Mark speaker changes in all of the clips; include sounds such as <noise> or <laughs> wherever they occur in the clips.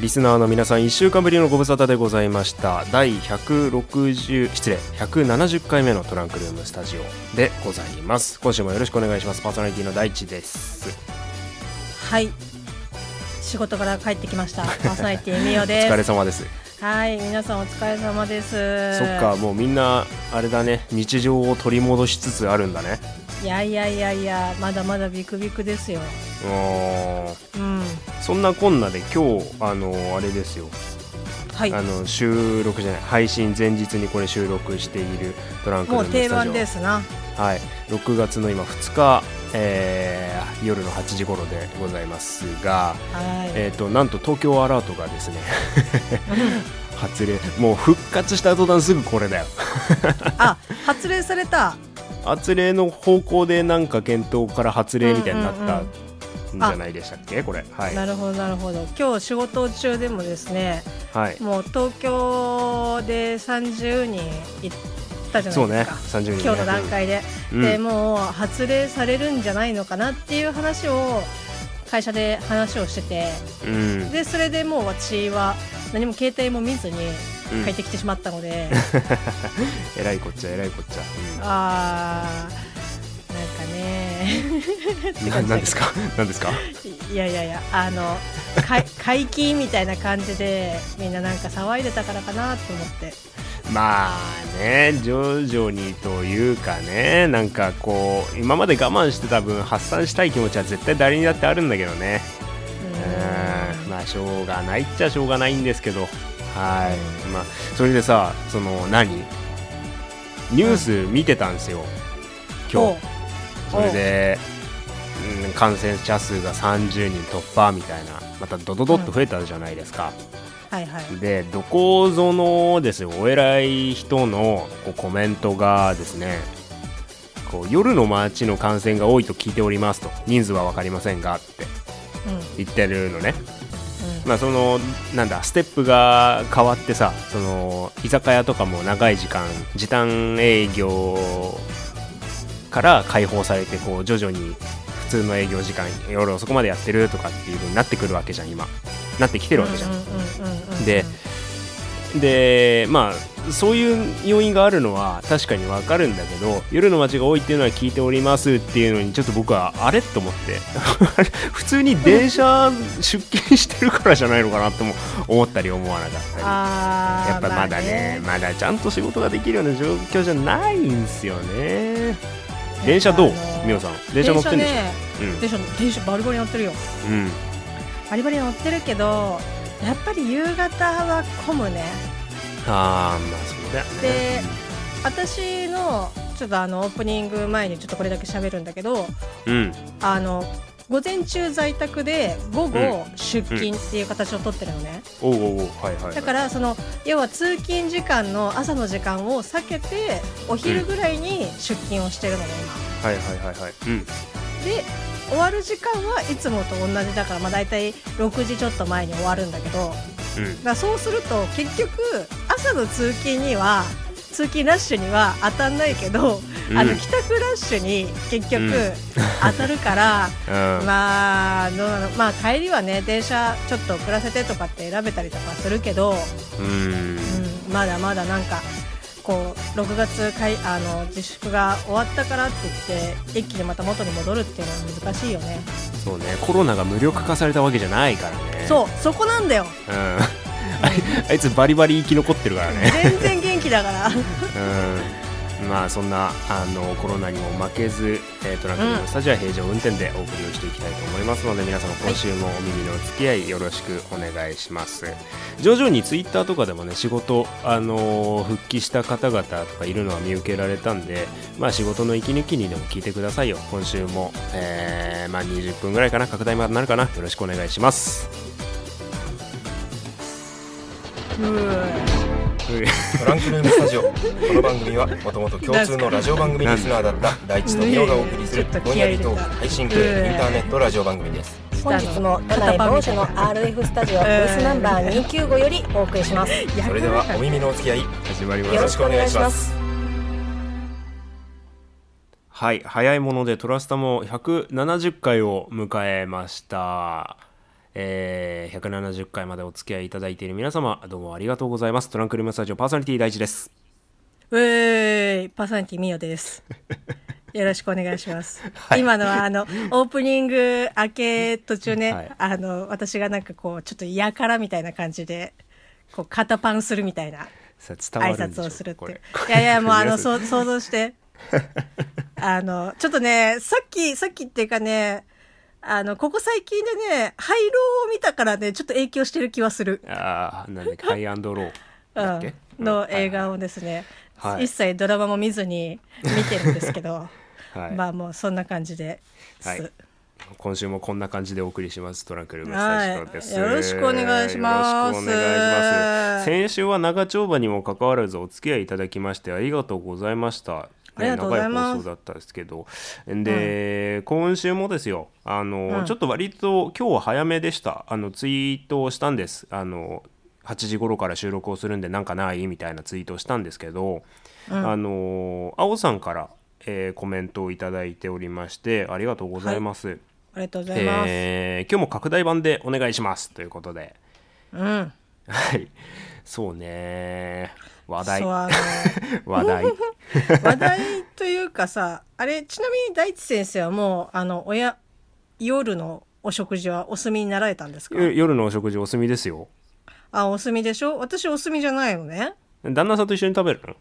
Speaker 1: リスナーの皆さん1週間ぶりのご無沙汰でございました第160失礼170回目のトランクルームスタジオでございます今週もよろしくお願いしますパーソナリティの大地です
Speaker 2: はい仕事から帰ってきましたパーソナリティみよ
Speaker 1: お
Speaker 2: で
Speaker 1: 疲れ
Speaker 2: す
Speaker 1: 様です
Speaker 2: はい皆さんお疲れ様です
Speaker 1: そっかもうみんなあれだね日常を取り戻しつつあるんだね
Speaker 2: いやいやいやいやまだまだビクビクですよ
Speaker 1: うーん
Speaker 2: うん
Speaker 1: そんなこんなで今日あのあれですよ
Speaker 2: はい
Speaker 1: あの収録じゃない配信前日にこれ収録しているトランクル
Speaker 2: も
Speaker 1: ー
Speaker 2: う
Speaker 1: ムスタジ
Speaker 2: 定
Speaker 1: オ
Speaker 2: 番ですな
Speaker 1: はい、6月の今2日、えー夜の8時頃でございますが、
Speaker 2: はい、
Speaker 1: えー、となんと東京アラートがですね <laughs> 発令もう復活した途端すぐこれだよ
Speaker 2: あ発令された
Speaker 1: 発令の方向でなんか検討から発令みたいになっ
Speaker 2: うんうん
Speaker 1: た
Speaker 2: うん
Speaker 1: んじゃないでしたっけこれはい、
Speaker 2: なるほどなるほど今日仕事中でもですね
Speaker 1: はい、
Speaker 2: もう東京で30人行ったじゃな
Speaker 1: そう
Speaker 2: いで
Speaker 1: ね
Speaker 2: すか
Speaker 1: 30人ね
Speaker 2: 今日の段階で、
Speaker 1: うん
Speaker 2: で
Speaker 1: うん
Speaker 2: もう発令されるんじゃないのかなっていう話を会社で話をしてて
Speaker 1: うん
Speaker 2: でそれでもう私は何も携帯も見ずに
Speaker 1: うん
Speaker 2: 帰ってきてしまったので、
Speaker 1: えらいこっちゃえらいこっちゃ、
Speaker 2: あーなんかね <laughs>
Speaker 1: うん、ななんですかなんですか
Speaker 2: いやいやいやあのかい <laughs> 解禁みたいな感じでみんななんか騒いでたからかなと思って
Speaker 1: まあね徐々にというかねなんかこう今まで我慢してた分発散したい気持ちは絶対誰にだってあるんだけどね
Speaker 2: う
Speaker 1: う
Speaker 2: ーん
Speaker 1: んまあしょうがないっちゃしょうがないんですけどはいまあそれでさその何ニュース見てたんですよ今日それで、うん、感染者数が30人突破みたいなまたドドドっと増えたじゃないですか、
Speaker 2: おはいはい
Speaker 1: でどこぞのですよお偉い人のこうコメントがですねこう夜の街の感染が多いと聞いておりますと人数は分かりませんがって
Speaker 2: うんうん
Speaker 1: 言ってるのね、まあ、そのなんだステップが変わってさその居酒屋とかも長い時間時短営業から解放されてこう徐々に普通の営業時間夜遅くまでやってるとかっていう風になってくるわけじゃん今なってきてるわけじゃん
Speaker 2: うんうんうんうんうん
Speaker 1: ででまあそういう要因があるのは確かにわかるんだけど夜の街が多いっていうのは聞いておりますっていうのにちょっと僕はあれと思って <laughs> 普通に電車出勤してるからじゃないのかなとも思ったり思わなかった
Speaker 2: あ
Speaker 1: り
Speaker 2: ー
Speaker 1: やっぱまだね,、まだちゃんと仕事ができるような状況じゃないんですよね電車どう
Speaker 2: やっぱあのー
Speaker 1: みおさん電車乗ってんでしょ、
Speaker 2: ね電車電車バリバリ乗ってるよ
Speaker 1: うん、うん、
Speaker 2: バリバリ乗ってるけどやっぱり夕方は混むね
Speaker 1: ああまあそうだよね
Speaker 2: で私のちょっとあのオープニング前にちょっとこれだけ喋るんだけど
Speaker 1: うん
Speaker 2: あの午前中在宅で午後出
Speaker 1: う
Speaker 2: 勤っていう形をとってるのね、
Speaker 1: おうおうおうはいはい、はい、
Speaker 2: だからその要は通勤時間の朝の時間を避けてお昼ぐらいに出勤をしてるのね今。
Speaker 1: はいはいはいはいうん
Speaker 2: で終わる時間はいつもと同じだから、まあ、大体6時ちょっと前に終わるんだけどだか
Speaker 1: うん
Speaker 2: らそうすると結局朝の通勤には通勤ラッシュには当たんないけど、
Speaker 1: うん
Speaker 2: あの帰宅ラッシュに結局
Speaker 1: うん
Speaker 2: 当たるから、
Speaker 1: <laughs> うん
Speaker 2: まあどうなの、まあ、帰りはね電車ちょっと遅らせてとかって選べたりとかするけど、
Speaker 1: うーん
Speaker 2: うん、まだまだなんかこう6月かいあの自粛が終わったからって言って一気にまた元に戻るっていうのは難しいよね、
Speaker 1: そうねコロナが無力化されたわけじゃないからね
Speaker 2: そうそこなんだよ
Speaker 1: うん、 <laughs> あいあいつバリバリ生き残ってるからね <laughs>
Speaker 2: 全然元気だから
Speaker 1: うんまあそんなあのコロナにも負けず、えートランクルームスタジオは平常運転でお送りをしていきたいと思いますので皆様今週もお耳のお付き合いよろしくお願いします徐々にツイッターとかでもね仕事、あのー復帰した方々とかいるのは見受けられたんで、まあ、仕事の息抜きにでも聞いてくださいよ今週も、えーまあ、20分ぐらいかな拡大までなるかなよろしくお願いします
Speaker 2: うー
Speaker 3: トランクルームスタジオこの番組はもともと共通のラジオ番組リスナーだった大地と美代がお送りするぼんやりトーク配信系インターネットラジオ番組です
Speaker 4: 本日も都内某所の RF スタジオブースナンバー295よりお送りしますよ
Speaker 3: それではお耳のお付き合いよ
Speaker 1: 始まりま
Speaker 4: ろ
Speaker 3: ろ
Speaker 4: し
Speaker 3: し
Speaker 4: く
Speaker 3: く
Speaker 4: お
Speaker 3: お
Speaker 4: 願
Speaker 3: 願
Speaker 4: い
Speaker 3: い
Speaker 4: し
Speaker 3: し
Speaker 4: ま
Speaker 3: ますす
Speaker 1: はい早いものでトラスタも170回を迎えました、えー、170回までお付き合いいただいている皆様どうもありがとうございますトランクルームスタジオパーソナリティ大地です
Speaker 2: うえーいパーソナリティミ
Speaker 1: <laughs>
Speaker 2: オです。よろしくお願いします。
Speaker 1: はい
Speaker 2: 今のはあのオープニング明け途中ね、
Speaker 1: はい
Speaker 2: あの私がなんかこうちょっと嫌からみたいな感じで。こう肩パンするみたいな
Speaker 1: さあ伝
Speaker 2: 挨
Speaker 1: わるんでしょ
Speaker 2: 拶をするって
Speaker 1: これ
Speaker 2: いやいやもう
Speaker 1: <laughs>
Speaker 2: あ
Speaker 1: 皆
Speaker 2: の
Speaker 1: さん
Speaker 2: そう想像して
Speaker 1: <laughs>
Speaker 2: あのちょっとねさっきさっきっていうかねあのここ最近でね廃炉を見たからねちょっと影響してる気はする
Speaker 1: ああなん
Speaker 2: <laughs>
Speaker 1: だっけハイアンドローだっけ、
Speaker 2: うん、の映画をですね、
Speaker 1: はい
Speaker 2: 一切ドラマも見ずに見てるんですけど、
Speaker 1: <laughs> はい
Speaker 2: まあもうそんな感じです。
Speaker 1: はい今週もこんな感じでお送りしますトランクルームスタジオです、
Speaker 2: はいよろしくお願いします
Speaker 1: よろしくお願いします先週は長丁場にもかかわらずお付き合いいただきましてありがとうございました
Speaker 2: ありがとうございます
Speaker 1: 長い放送だったんですけどで、今週もですよあの、ちょっと割と今日は早めでしたあのツイートをしたんですあの8時頃から収録をするんでなんかないみたいなツイートをしたんですけど、あの青さんから、えーコメントをいただいておりましてありがとうございます、
Speaker 2: ありがとうございます。
Speaker 1: えー今日も拡大版でお願いしますということで
Speaker 2: うん、
Speaker 1: はい <laughs> そうね話題
Speaker 2: そうあ
Speaker 1: <laughs> 話題
Speaker 2: <laughs> の話題というかさ、あれちなみに大地先生はもうあの親夜のお食事はお済みになられたんですか。
Speaker 1: よ夜のお食事お済みですよ
Speaker 2: あ、お済みでしょ。私お済みじゃないのね。
Speaker 1: 旦那さんと一緒に食べるの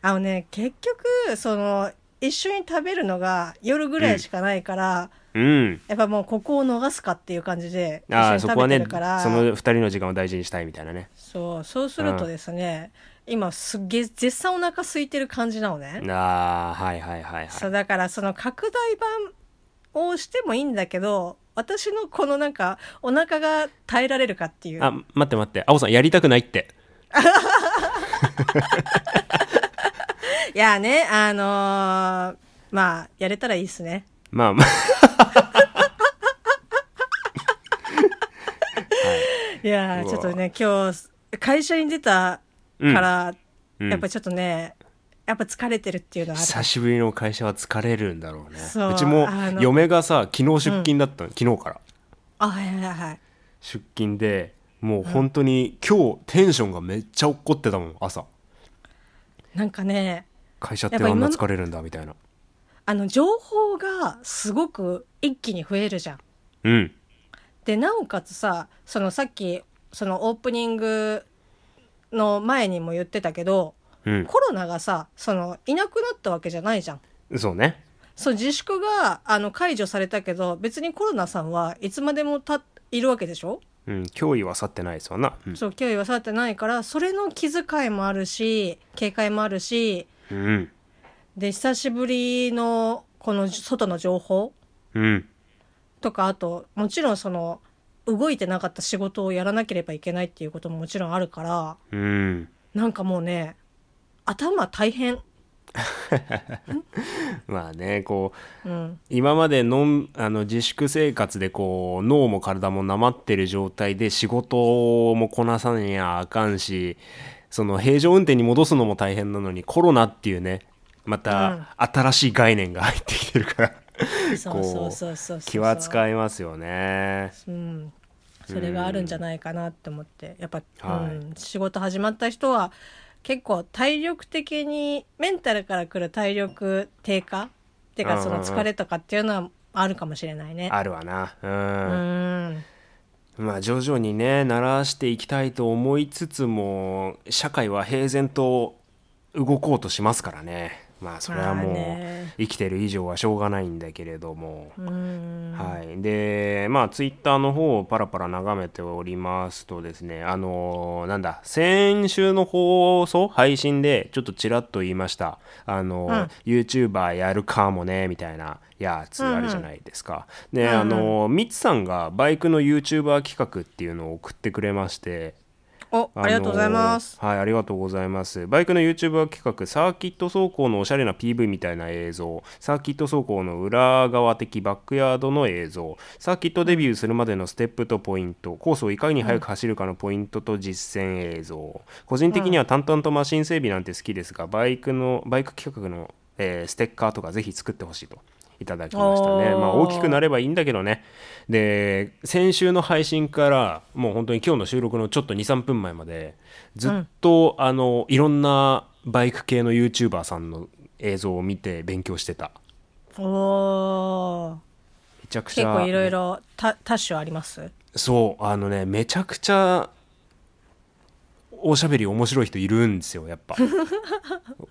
Speaker 2: あのね結局その一緒に食べるのが夜ぐらいしかないから。
Speaker 1: うん
Speaker 2: やっぱもうここを逃すかっていう感じで一
Speaker 1: あ
Speaker 2: 緒
Speaker 1: あ
Speaker 2: に
Speaker 1: そ
Speaker 2: 食
Speaker 1: こは
Speaker 2: べて
Speaker 1: ね
Speaker 2: るから
Speaker 1: その2人の時間を大事にしたいみたいなね
Speaker 2: そうそうするとですね、今すっげえ絶賛お腹空いてる感じなのね、
Speaker 1: <laughs> ああはいはいはいは
Speaker 2: そ
Speaker 1: いう
Speaker 2: だからその拡大版をしてもいいんだけど私のこのなんかお腹が耐えられるかっていう
Speaker 1: あ待って待って青さんやりたくないって
Speaker 2: いやねあのーまあやれたらいいっすね
Speaker 1: まあまあ
Speaker 2: いや
Speaker 1: う
Speaker 2: ー
Speaker 1: わ
Speaker 2: ちょっとね今日会社に出たから、
Speaker 1: うん
Speaker 2: やっぱちょっとねやっぱ疲れてるっていうのはあっ
Speaker 1: 久
Speaker 2: た
Speaker 1: しぶりの会社は疲れるんだろうね
Speaker 2: そう
Speaker 1: うちも
Speaker 2: あの
Speaker 1: 嫁がさ昨日出勤だったの、昨日から
Speaker 2: あはいはいはい
Speaker 1: 出勤でもう本当に今日テンションがめっちゃ落っこってたもん朝
Speaker 2: なんかね
Speaker 1: 会社って
Speaker 2: やっぱ
Speaker 1: あん
Speaker 2: 今
Speaker 1: な
Speaker 2: の
Speaker 1: 疲れるんだみたいな
Speaker 2: あの情報がすごく一気に増えるじゃん。
Speaker 1: うん
Speaker 2: でなおかつさそのさっきそのオープニングの前にも言ってたけど
Speaker 1: うん
Speaker 2: コロナがさそのいなくなったわけじゃないじゃん。
Speaker 1: そうね
Speaker 2: そう自粛があの解除されたけど別にコロナさんはいつまでもたいるわけでしょ、
Speaker 1: うん脅威は去ってないですわな、うん
Speaker 2: そう脅威は去ってないからそれの気遣いもあるし警戒もあるし
Speaker 1: うん
Speaker 2: で久しぶりのこの外の情報
Speaker 1: うん
Speaker 2: とかあともちろんその動いてなかった仕事をやらなければいけないっていうことももちろんあるから
Speaker 1: うん
Speaker 2: なんかもうね頭大変
Speaker 1: まあねこう
Speaker 2: うん
Speaker 1: 今までのんあの自粛生活でこう脳も体もなまってる状態で仕事もこなさなきゃあかんしその平常運転に戻すのも大変なのにコロナっていうねまた新しい概念が入ってきてるから、
Speaker 2: そうそうそうそう
Speaker 1: 気は
Speaker 2: う、
Speaker 1: 使いますよね。
Speaker 2: うん、それがあるんじゃないかなって思ってやっぱ、
Speaker 1: はい
Speaker 2: うん、仕事始まった人は結構体力的にメンタルから来る体力低下っていう
Speaker 1: うん
Speaker 2: か
Speaker 1: う
Speaker 2: そ
Speaker 1: んうん
Speaker 2: の疲れとかっていうのはあるかもしれないね。
Speaker 1: あるわな。
Speaker 2: う
Speaker 1: うんまあ徐々にね慣らしていきたいと思いつつも社会は平然と動こうとしますからね。まあそれはも
Speaker 2: まあ
Speaker 1: う
Speaker 2: ね
Speaker 1: 生きてる以上はしょうがないんだけれども。
Speaker 2: うん
Speaker 1: はい、でまあツイッターの方をパラパラ眺めておりますとですねあのーなんだ先週の放送配信でちょっとちらっと言いましたあのー、YouTuber やるかもねみたいなやつあるじゃないですか、で、あのーみつさんがバイクの YouTuber 企画っていうのを送ってくれまして
Speaker 2: おありがとうございます。
Speaker 1: あのーはい、ありがとうございます。バイクの YouTuber 企画、サーキット走行のおしゃれな PV みたいな映像、サーキット走行の裏側的バックヤードの映像、サーキットデビューするまでのステップとポイント、コースをいかに速く走るかのポイントと実践映像、個人的には淡々とマシン整備なんて好きですが、バイクの、バイク企画の、えーステッカーとかぜひ作ってほしいと。いただきましたね。
Speaker 2: おー
Speaker 1: まあ、大きくなればいいんだけどね。で、先週の配信から、もう本当に今日の収録のちょっと2、3分前まで、ずっと、あの、いろんなバイク系の YouTuber さんの映像を見て勉強してた。
Speaker 2: おー
Speaker 1: めちゃくち
Speaker 2: 結
Speaker 1: ゃ。
Speaker 2: 構いろいろた多種あります
Speaker 1: そう、あのね、めちゃくちゃ、おしゃべり面白い人いるんですよ、や
Speaker 2: <laughs>
Speaker 1: っぱ。
Speaker 2: はい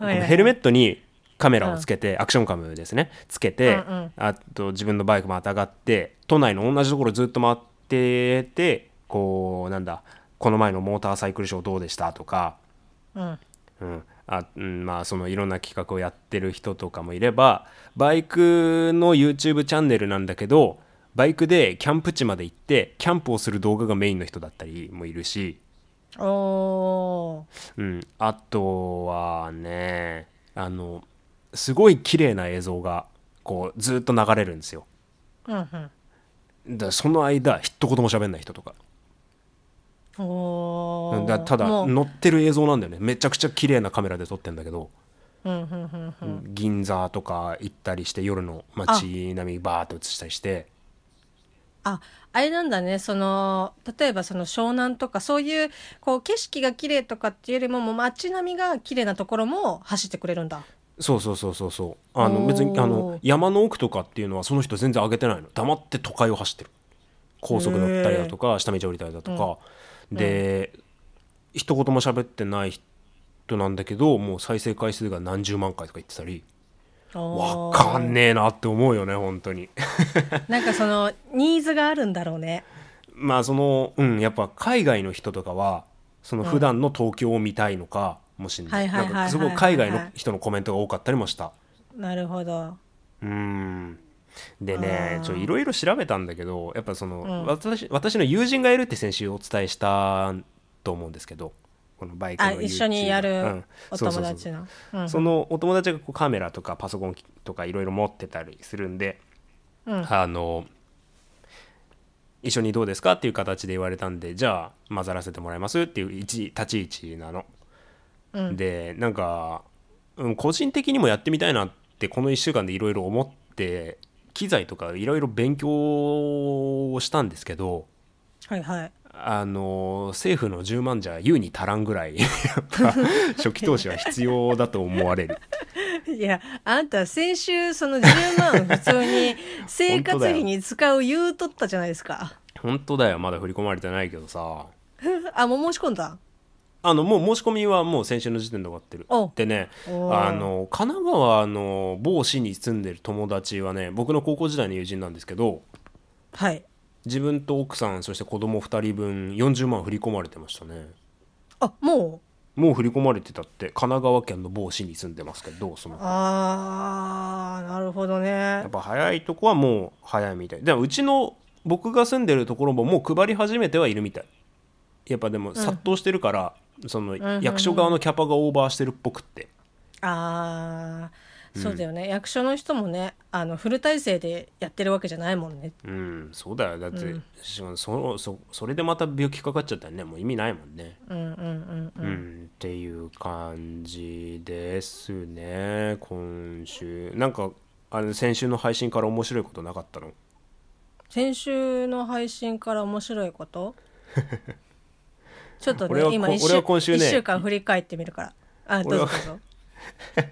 Speaker 2: はいはい
Speaker 1: ヘルメットにカメラをつけて、アクションカムですね、つけて、
Speaker 2: うんうん
Speaker 1: あと自分のバイクまたがって、都内の同じところずっと回ってて、こう、なんだ、この前のモーターサイクルショーどうでしたとか、
Speaker 2: うん
Speaker 1: うんあうんまあ、そのいろんな企画をやってる人とかもいればバイクの YouTube チャンネルなんだけどバイクでキャンプ地まで行ってキャンプをする動画がメインの人だったりもいるし、
Speaker 2: お
Speaker 1: うん、あとはねあのすごい綺麗な映像がこうずっと流れるんですよ
Speaker 2: ーう
Speaker 1: だ
Speaker 2: ん
Speaker 1: からその間一言も喋んない人とか
Speaker 2: うんお
Speaker 1: うん
Speaker 2: ー
Speaker 1: だただ
Speaker 2: もう
Speaker 1: 乗ってる映像なんだよねめちゃくちゃ綺麗なカメラで撮ってんだけど
Speaker 2: うんうんうんうん
Speaker 1: 銀座とか行ったりして夜の街並みバーッと映したりして
Speaker 2: ああれなんだねその例えばその湘南とかそういうこう景色が綺麗とかっていうよりももう街並みが綺麗なところも走ってくれるんだ
Speaker 1: そうそうそうそうそうあの
Speaker 2: おー
Speaker 1: 別にあの山の奥とかっていうのはその人全然上げてないの黙って都会を走ってる高速乗ったりだとか下道降りたりだとか、で、一言も喋ってない人なんだけどもう再生回数が何十万回とか言ってたりわ
Speaker 2: わ
Speaker 1: かんねえなって思うよね本当に <laughs>
Speaker 2: なんかそのニーズがあるんだろうね
Speaker 1: まあそのうんやっぱ海外の人とかはその普段の東京を見たいのかもしんない
Speaker 2: はいはい
Speaker 1: な
Speaker 2: は
Speaker 1: ん
Speaker 2: いはいは
Speaker 1: か
Speaker 2: い
Speaker 1: すごい海外の人のコメントが多かったりもした
Speaker 2: なるほど
Speaker 1: うーんでね
Speaker 2: あー
Speaker 1: ちょいろいろ調べたんだけどやっぱその、
Speaker 2: うん
Speaker 1: 私私の友人がいるって先週お伝えしたと思うんですけどこのバイクの
Speaker 2: あ
Speaker 1: YouTuber
Speaker 2: 一緒にや
Speaker 1: う
Speaker 2: る
Speaker 1: ん
Speaker 2: お
Speaker 1: そうそ
Speaker 2: 友
Speaker 1: うそう
Speaker 2: 達のうん
Speaker 1: そのお友達がこうカメラとかパソコンとかいろいろ持ってたりするんで、
Speaker 2: うん
Speaker 1: あの一緒にどうですかっていう形で言われたんでじゃあ混ざらせてもらいますっていう位置立ち位置なの。
Speaker 2: うん
Speaker 1: でなんか、うん、個人的にもやってみたいなってこの1週間でいろいろ思って機材とかいろいろ勉強をしたんですけど
Speaker 2: はいはい
Speaker 1: あの政府の10万じゃ優に足らんぐらいやっ
Speaker 2: <laughs>
Speaker 1: ぱ初期投資は必要だと思われる。
Speaker 2: いや、あんた先週その10万普通に生活費に使う言うとったじゃないですか。
Speaker 1: 本当だよまだ振り込まれてないけどさ
Speaker 2: あ、もう申し込んだ
Speaker 1: あのもう申し込みはもう先週の時点で終わってる
Speaker 2: お
Speaker 1: でね
Speaker 2: おー
Speaker 1: あの神奈川の某市に住んでる友達はね僕の高校時代の友人なんですけど
Speaker 2: はい。
Speaker 1: 自分と奥さんそして子供2人分40万振り込まれてましたね
Speaker 2: あ、も
Speaker 1: もう振り込まれてたって神奈川県の某市に住んでますけどそうの
Speaker 2: あー、なるほどね
Speaker 1: やっ。ぱ早いとこはもう早いみたいでもうちの僕が住んでるところももう配り始めてはいるみたいやっぱでも殺到してるから、その
Speaker 2: んうん
Speaker 1: 役所側のキャパがオーバーしてるっぽくって
Speaker 2: あー、そうだよね。役所の人もね、あの、フル体制でやってるわけじゃないもんね。
Speaker 1: うんそうだよだって、しそそそれでまた病気かかっちゃったらねもう意味ないもんね
Speaker 2: うんうんうん
Speaker 1: うん、っていう感じですね今週なんかあの先週の配信から面白いことなかった
Speaker 2: <laughs>
Speaker 1: の
Speaker 2: 先週の配信から面白いこと
Speaker 1: <laughs>
Speaker 2: ちょっと
Speaker 1: 俺は
Speaker 2: ね、
Speaker 1: こ
Speaker 2: 今一
Speaker 1: 俺
Speaker 2: 週
Speaker 1: は今週ね
Speaker 2: 一週間振り返ってみるから。あ、どうぞどうぞ。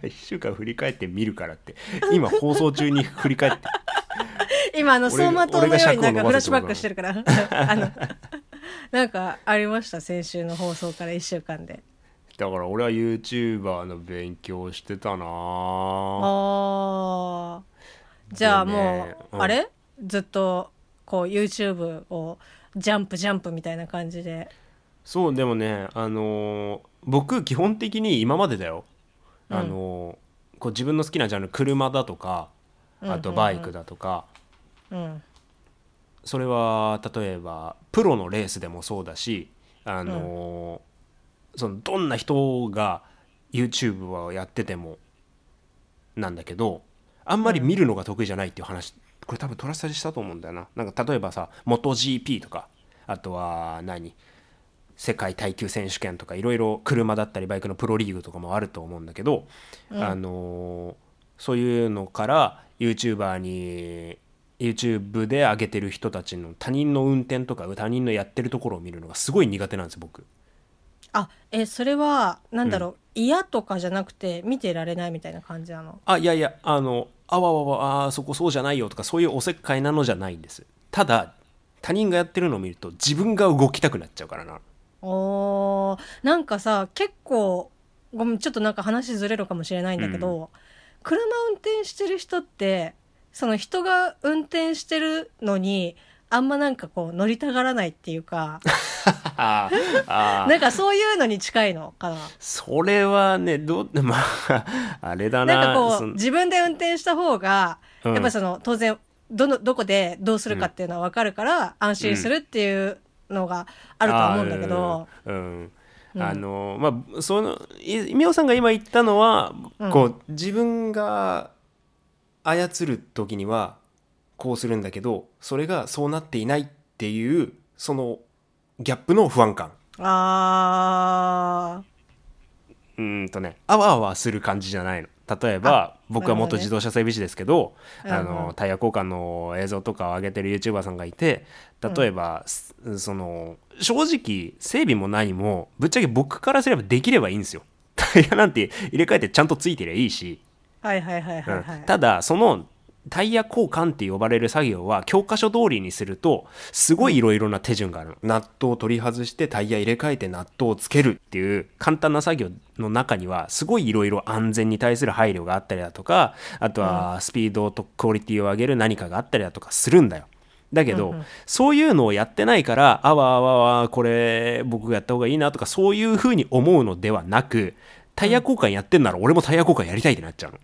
Speaker 1: 1週間振り返ってみるからって今放送中に振り返って
Speaker 2: 今あの
Speaker 1: 俺が
Speaker 2: 走馬灯のようになん
Speaker 1: 俺が尺を伸ばせと
Speaker 2: かフラッシュバックしてるから <laughs> あのなんかありました先週の放送から1週間で
Speaker 1: だから俺は YouTuber の勉強をしてたなぁ
Speaker 2: あーじゃあ
Speaker 1: で
Speaker 2: もう、
Speaker 1: ねうん
Speaker 2: あれずっとこう YouTube をジャンプジャンプみたいな感じで
Speaker 1: そうでもねあのー僕基本的に今までだよ、
Speaker 2: うん
Speaker 1: あのーこう自分の好きなジャンル車だとかあとバイクだとか、
Speaker 2: うん
Speaker 1: それは例えばプロのレースでもそうだし、あのーそのどんな人が YouTube をやっててもなんだけどあんまり見るのが得意じゃないっていう話、これ多分トラスタジしたと思うんだよななんか例えばさ MotoGP とかあとは何世界耐久選手権とかいろいろ車だったりバイクのプロリーグとかもあると思うんだけど、あのーそういうのから YouTuber に YouTube で上げてる人たちの他人の運転とか他人のやってるところを見るのがすごい苦手なんですよ僕
Speaker 2: あえそれはなんだろう嫌、とかじゃなくて見てられないみたいな感じなの
Speaker 1: あいやいやあのあわわわあそこそうじゃないよとかそういうおせっかいなのじゃないんですただ他人がやってるのを見ると自分が動きたくなっちゃう <laughs> からな
Speaker 2: おーなんかさ結構ごめんちょっとなんか話ずれるかもしれないんだけど、車運転してる人ってその人が運転してるのにあんまなんかこう乗りたがらないっていうか
Speaker 1: あーあー
Speaker 2: なんかそういうのに近いのかな
Speaker 1: それはねどうまああれだな
Speaker 2: なんかこ
Speaker 1: そうの
Speaker 2: 自分で運転した方が、
Speaker 1: うん
Speaker 2: やっぱその当然どのどこでどうするかっていうのは分かるから、安心するっていうのがあるとは思うんだけど、
Speaker 1: あーうんうんあのまあそのいみおさんが今言ったのは、
Speaker 2: うん
Speaker 1: こう自分が操る時にはこうするんだけどそれがそうなっていないっていうそのギャップの不安感
Speaker 2: あ
Speaker 1: うーんとねあわあわする感じじゃないの例えば僕は元
Speaker 2: なるほどね
Speaker 1: 自動車整備士ですけど
Speaker 2: うん
Speaker 1: あのタイヤ交換の映像とかを上げてる YouTuber さんがいて例えば、すその正直整備も何もぶっちゃけ僕からすればできればいいんですよ <laughs> タイヤなんて入れ替えてちゃんとついてりゃいいし、
Speaker 2: ーはいはいはいはいは
Speaker 1: う
Speaker 2: い、
Speaker 1: んただそのタイヤ交換って呼ばれる作業は教科書通りにするとすごいいろいろな手順があるの、納豆を取り外してタイヤ入れ替えて納豆をつけるっていう簡単な作業の中にはすごいいろいろ安全に対する配慮があったりだとかあとはスピードとクオリティを上げる何かがあったりだとかするんだよだけど、そういうのをやってないからあわあわあわこれ僕がやった方がいいなとかそういうふうに思うのではなくタイヤ交換やってんなら俺もタイヤ交換やりたいってなっちゃうの。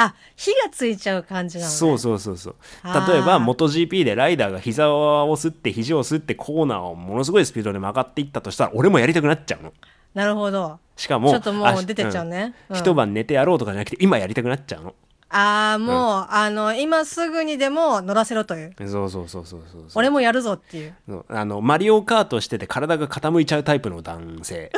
Speaker 2: あ火がついちゃう感じなの、ね、
Speaker 1: そうそうそうそう
Speaker 2: あー
Speaker 1: 例えば MotoGP でライダーが膝をすって肘をすってコーナーをものすごいスピードで曲がっていったとしたら俺もやりたくなっちゃうの
Speaker 2: なるほど
Speaker 1: しかも
Speaker 2: ちょっともう
Speaker 1: あ
Speaker 2: 出てっちゃうね
Speaker 1: ん
Speaker 2: うん
Speaker 1: 一晩寝てやろうとかじゃなくて今やりたくなっちゃうの
Speaker 2: ああもう、あの今すぐにでも乗らせろという
Speaker 1: そうそうそうそうそうそう
Speaker 2: 俺もやるぞって
Speaker 1: <laughs>
Speaker 2: いう
Speaker 1: そうあのマリオカートしてて体が傾いちゃうタイプの男
Speaker 2: <laughs>
Speaker 1: 性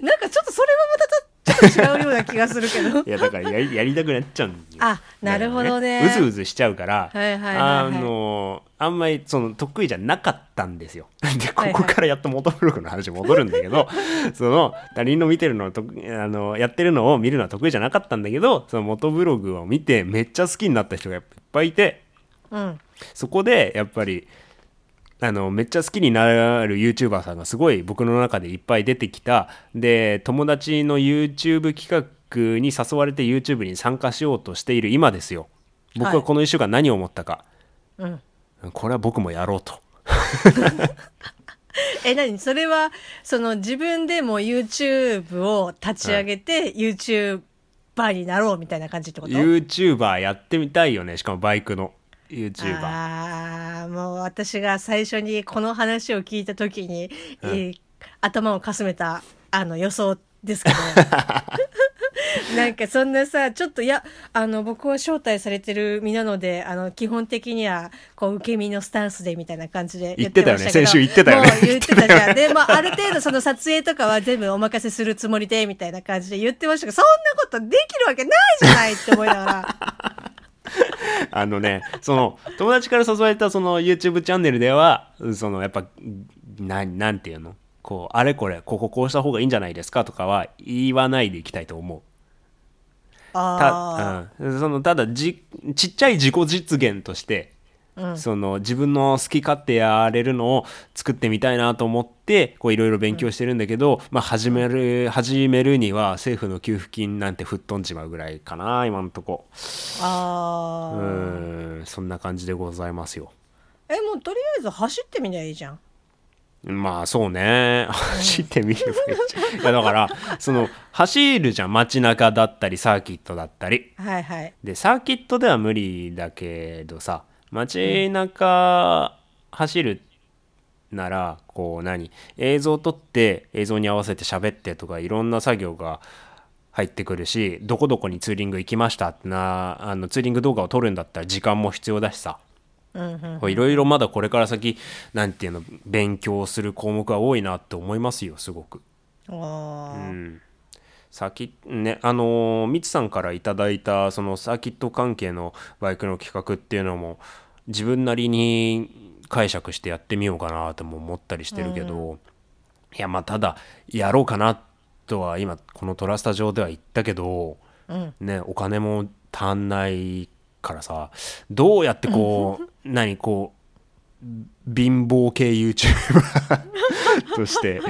Speaker 2: なんかちょっとそれはまたちょっと違うような気がするけど
Speaker 1: いやだからやりやりたくなっちゃうんよ
Speaker 2: あなるほどね
Speaker 1: だからうずうずしちゃうから、
Speaker 2: はいはいはいはい
Speaker 1: あのあんまりその得意じゃなかったんですよ。 <laughs> でこ
Speaker 2: はい
Speaker 1: こからやっと元ブログの話戻るんだけど、 <laughs> その他人の見てるのを得あのやってるのを見るのは得意じゃなかったんだけどその元ブログを見てめっちゃ好きになった人がやっぱいっぱいいて
Speaker 2: うん
Speaker 1: そこでやっぱりあのめっちゃ好きになる YouTuber さんがすごい僕の中でいっぱい出てきたで友達の YouTube 企画に誘われて YouTube に参加しようとしている今ですよ僕
Speaker 2: は
Speaker 1: はいこの1週間何を思ったか、
Speaker 2: うん
Speaker 1: これは僕もやろうと
Speaker 2: <laughs> え何それはその自分でも YouTube を立ち上げて、YouTuber になろうみたいな感じってこと
Speaker 1: YouTuber やってみたいよねしかもバイクの YouTuber
Speaker 2: ああもう私が最初にこの話を聞いた時に、えー頭をかすめたあの予想ですけ
Speaker 1: <laughs>
Speaker 2: どなんかそんなさちょっといやあの僕は招待されてる身なのであの基本的にはこう受け身のスタンスでみたいな感じでましけど
Speaker 1: 言ってたよね先週言ってたよね
Speaker 2: もう言ってたじゃんでもうある程度その撮影とかは全部お任せするつもりでみたいな感じで言ってましたけどそんなことできるわけないじゃないって思いな
Speaker 1: <laughs>
Speaker 2: がら。
Speaker 1: あのねその友達から誘われたその YouTube チャンネルではそのやっぱなんなんていうのこうあれこれこここうした方がいいんじゃないですかとかは言わないでいきたいと思う
Speaker 2: あ
Speaker 1: た,、うん、そのただじちっちゃい自己実現として、その自分の好き勝手やれるのを作ってみたいなと思ってこういろいろ勉強してるんだけど、まあ、始める始めるには政府の給付金なんて吹っ飛んじまうぐらいかな今のとこ
Speaker 2: ーあ
Speaker 1: う
Speaker 2: ー
Speaker 1: んそんな感じでございますよ
Speaker 2: えもうとりあえず走ってみりゃいいじゃん
Speaker 1: まあそうね走ってみればいいじゃんいやだからその走るじゃん街中だったりサーキットだったり
Speaker 2: はいはい
Speaker 1: でサーキットでは無理だけどさ街中走るならこう何映像撮って映像に合わせて喋ってとかいろんな作業が入ってくるしどこどこにツーリング行きましたってなあのツーリング動画を撮るんだったら時間も必要だしさこういろいろまだこれから先なんていうの勉強する項目が多いなって思いますよすごく。
Speaker 2: あー、
Speaker 1: うんサーキねあのーミツさんからいただいたそのサーキット関係のバイクの企画っていうのも自分なりに解釈してやってみようかなとも思ったりしてるけど、いやまあただやろうかなとは今このトラスタ上では言ったけど、
Speaker 2: うん
Speaker 1: ね、お金も足んないからさどうやってこ
Speaker 2: <laughs>
Speaker 1: う何こう貧乏系 YouTuber <laughs> として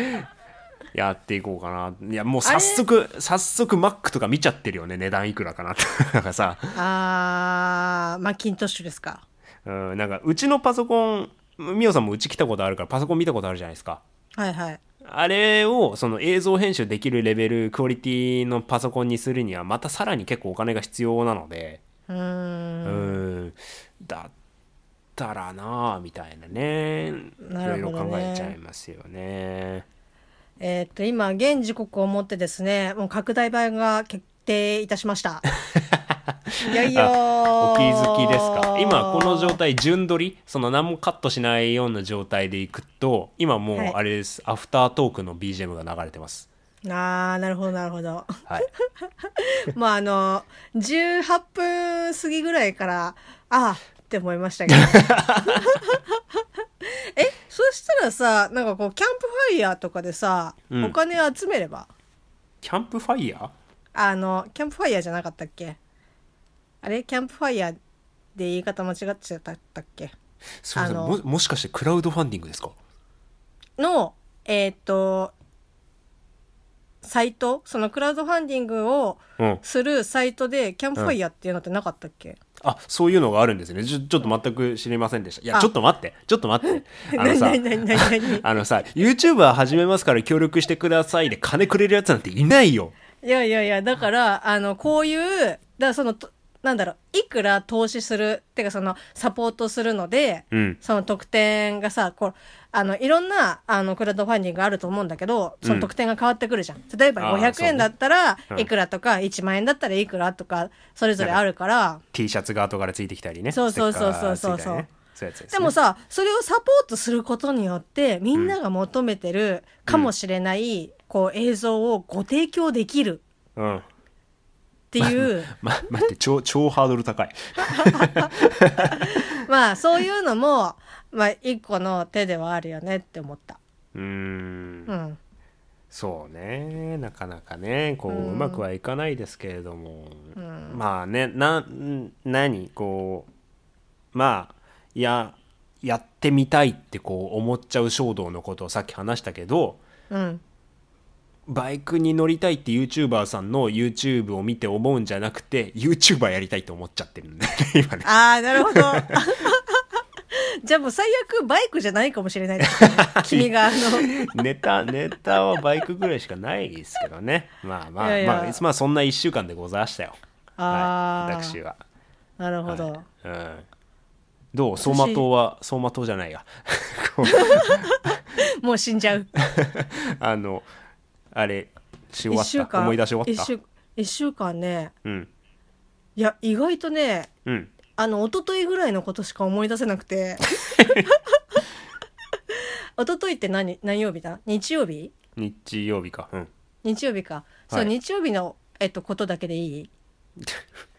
Speaker 1: やっていこうかないやもう早速早速 Mac とか見ちゃってるよね値段いくらかなって <laughs> なんかさ、
Speaker 2: あーマッキントッシュですか
Speaker 1: うん、なんかうちのパソコンみおさんもうち来たことあるからパソコン見たことあるじゃないですか
Speaker 2: はいはい
Speaker 1: あれをその映像編集できるレベルクオリティのパソコンにするにはまたさらに結構お金が必要なので
Speaker 2: うー
Speaker 1: うんんだったらなあみたいなね
Speaker 2: なるほどね
Speaker 1: いろいろ考えちゃいますよね
Speaker 2: えーっと今現時刻をもってですねもう拡大版が決定いたしました
Speaker 1: <laughs>
Speaker 2: いやいや
Speaker 1: お気づきですか今この状態順取りその何もカットしないような状態でいくと今もう
Speaker 2: はい
Speaker 1: あれです、アフタートークの BGM が流れてます
Speaker 2: あーなるほどなるほど
Speaker 1: はい <laughs>
Speaker 2: まああの18分過ぎぐらいからああって思い
Speaker 1: <laughs>
Speaker 2: ましたけどえそしたらさなんかこうキャンプファイヤーとかでさ、
Speaker 1: うん
Speaker 2: お金集めれば
Speaker 1: キャンプファイヤー
Speaker 2: あのキャンプファイヤーじゃなかったっけあれキャンプファイヤーで言い方間違っちゃったっけ
Speaker 1: すいません
Speaker 2: あの
Speaker 1: ももしかしてクラウドファンディングですか
Speaker 2: の、えーっと、サイトそのクラウドファンディングを
Speaker 1: うん
Speaker 2: するサイトで、キャンプファイヤーっていうのってなかったっけ、
Speaker 1: あそういうのがあるんですねちょちょっと全く知りませんでしたいや
Speaker 2: あ
Speaker 1: ちょっと待ってちょっと待
Speaker 2: <laughs>
Speaker 1: ってあの
Speaker 2: 何
Speaker 1: さ
Speaker 2: 何何何何
Speaker 1: <laughs> あのさ YouTuber 始めますから協力してくださいで金くれるやつなんていないよ
Speaker 2: いやいやいや、だから、あの、こういう、だからその、となんだろう、いくら投資する、ってかその、サポートするので、
Speaker 1: うん
Speaker 2: その特典がさ、こう、あの、いろんな、あの、クラウドファンディングがあると思うんだけど、その特典が変わってくるじゃん。例えば
Speaker 1: あー
Speaker 2: 500
Speaker 1: そう
Speaker 2: 円
Speaker 1: ね
Speaker 2: だったら
Speaker 1: う、ん
Speaker 2: いくらとか、1万円だったらいくらとか、それぞれあるから、
Speaker 1: T シャツが後からついてきたりね
Speaker 2: そうそうそうそう
Speaker 1: ステッカーがついたりねそういうやつすね
Speaker 2: でもさ、それをサポートすることによって、みんなが求めてるかもしれない、こう、映像をご提供できる
Speaker 1: うん
Speaker 2: っていう、
Speaker 1: ま、待って超超ハードル高い
Speaker 2: まあ、そういうのも、まあ、一個の手ではあるよねって思った。
Speaker 1: うーん
Speaker 2: うん。
Speaker 1: そうねなかなかねこう
Speaker 2: うん
Speaker 1: うまくはいかないですけれども、まあねなん何こうまあいややってみたいってこう思っちゃう衝動のことをさっき話したけど
Speaker 2: うん。
Speaker 1: バイクに乗りたいって YouTuber さんの YouTube を見て思うんじゃなくて YouTuber やりたいと思っちゃってるんだよね今ね。
Speaker 2: ああ、なるほど。 <laughs> じゃあもう最悪バイクじゃないかもしれない
Speaker 1: <laughs>
Speaker 2: ですね。君があの、
Speaker 1: ネタネタはバイクぐらいしかないですけどねまあまあ
Speaker 2: いやいや
Speaker 1: まあまあそんな1週間でございましたよ、は
Speaker 2: あー
Speaker 1: い、私は。
Speaker 2: なるほど。
Speaker 1: うん、どう走馬灯は走馬灯じゃないや <laughs> こう
Speaker 2: もう死んじゃう。
Speaker 1: あのあれし終
Speaker 2: 一
Speaker 1: わ
Speaker 2: 週
Speaker 1: った
Speaker 2: 間。
Speaker 1: 思い出し終わった
Speaker 2: 一週一週間ね。
Speaker 1: うん
Speaker 2: いや、意外とね、
Speaker 1: うん
Speaker 2: あの、一昨日ぐらいのことしか思い出せなく
Speaker 1: <laughs>
Speaker 2: て。一昨日って何、何曜日だ日曜日
Speaker 1: 日曜日かうん
Speaker 2: 日曜日か。そう、
Speaker 1: はい
Speaker 2: 日曜日の、えっと、ことだけでいい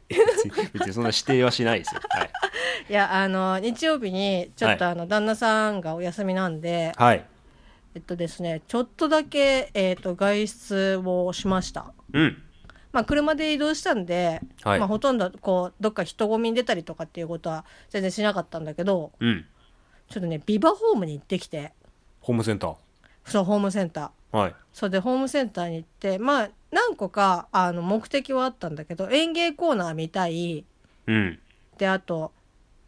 Speaker 1: 別に <laughs> 別にそんな指定はしないですよはい、
Speaker 2: いや、あの、日曜日に、ちょっと、
Speaker 1: は
Speaker 2: あの、旦那さんがお休みなんで、
Speaker 1: はい、
Speaker 2: えっとですね、ちょっとだけ、えっと、外出をしました。
Speaker 1: うん
Speaker 2: まあ、車で移動したんで、
Speaker 1: はい
Speaker 2: まあ、ほとんど、こう、どっか人混みに出たりとかっていうことは全然しなかったんだけど、
Speaker 1: うん
Speaker 2: ちょっとね、ビバホームに行ってきて、
Speaker 1: ホームセンター
Speaker 2: そう、ホームセンター。
Speaker 1: はい
Speaker 2: そうで、ホームセンターに行って、まあ、何個か、あの、目的はあったんだけど、園芸コーナー見たい、
Speaker 1: うん
Speaker 2: で、あと、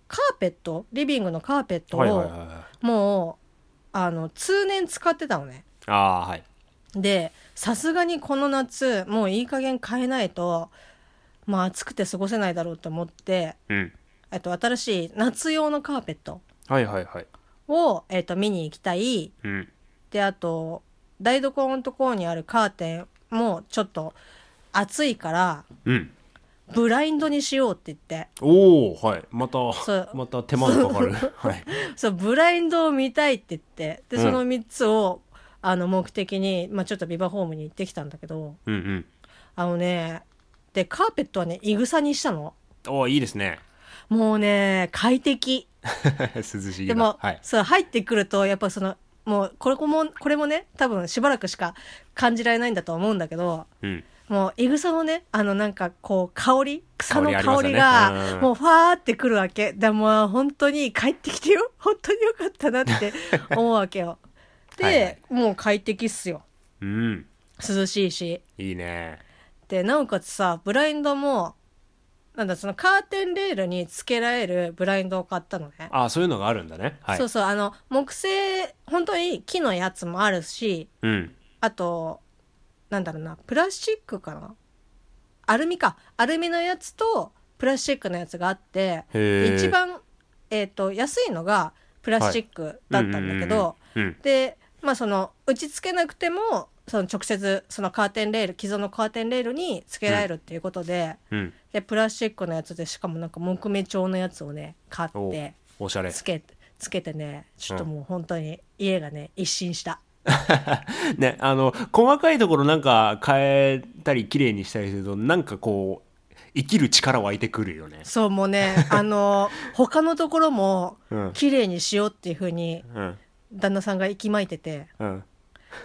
Speaker 2: カーペット、リビングのカーペットを、
Speaker 1: はいはいはいはい
Speaker 2: もうあの通年使ってたのね
Speaker 1: あーはい
Speaker 2: でさすがにこの夏もういい加減変えないとまあ暑くて過ごせないだろうと思って、
Speaker 1: うん
Speaker 2: えっと、新しい夏用のカーペット
Speaker 1: はいはいはい
Speaker 2: を、えっと、見に行きたい
Speaker 1: うん
Speaker 2: であと台所のところにあるカーテンもちょっと暑いから
Speaker 1: うん
Speaker 2: ブラインドにしようって言って
Speaker 1: おおはいまた
Speaker 2: そう
Speaker 1: また手間がかか
Speaker 2: <laughs>
Speaker 1: るはい
Speaker 2: そうブラインドを見たいって言ってで
Speaker 1: うん
Speaker 2: その3つを、あの目的に、まあ、ちょっとビバホームに行ってきたんだけど
Speaker 1: うんうん
Speaker 2: あのねでカーペットはねいぐさにしたの
Speaker 1: おーいいです
Speaker 2: <laughs>
Speaker 1: ね
Speaker 2: もうね快適
Speaker 1: 涼しい
Speaker 2: で
Speaker 1: な
Speaker 2: も、
Speaker 1: はい、
Speaker 2: そう入ってくるとやっぱそのもうこれもこれもね多分しばらくしか感じられないんだと思うんだけど
Speaker 1: うん、
Speaker 2: もういぐさのねあのなんかこう香り草の
Speaker 1: 香りありま
Speaker 2: 香
Speaker 1: すよ
Speaker 2: り
Speaker 1: ね
Speaker 2: が
Speaker 1: うん
Speaker 2: もうファーってくるわけでもう本当に帰ってきてよ <laughs> 本当によかったなって思うわけよで
Speaker 1: はいはい
Speaker 2: もう快適っすよ
Speaker 1: うん、
Speaker 2: 涼しいし
Speaker 1: いいね
Speaker 2: でなおかつさブラインドもなんだそのカーテンレールにつけられるブラインドを買ったのね
Speaker 1: あーそういうのがあるんだねはい
Speaker 2: そうそうあの木製本当に木のやつもあるし
Speaker 1: うん
Speaker 2: あとなんだろうなプラスチックかなアルミかアルミのやつとプラスチックのやつがあって
Speaker 1: へー
Speaker 2: 一番、えー、と安いのがプラスチックだったんだけど、
Speaker 1: うんうんうんうん
Speaker 2: でまあその打ち付けなくてもその直接そのカーテンレール既存のカーテンレールに付けられるっていうことで,、
Speaker 1: うん、うん
Speaker 2: でプラスチックのやつでしかもなんか木目調のやつをね買っ
Speaker 1: お
Speaker 2: て
Speaker 1: おしゃれ
Speaker 2: つけつけてねちょっともう本当に家がね一新した。
Speaker 1: ねあの細かいところなんか変えたり綺麗にしたりするとなんかこう生きる力湧いてくるよね
Speaker 2: そうもうねあの他のところも
Speaker 1: うん
Speaker 2: 綺麗にしようっていうふうに
Speaker 1: うん
Speaker 2: 旦那さんが息巻いてて
Speaker 1: うん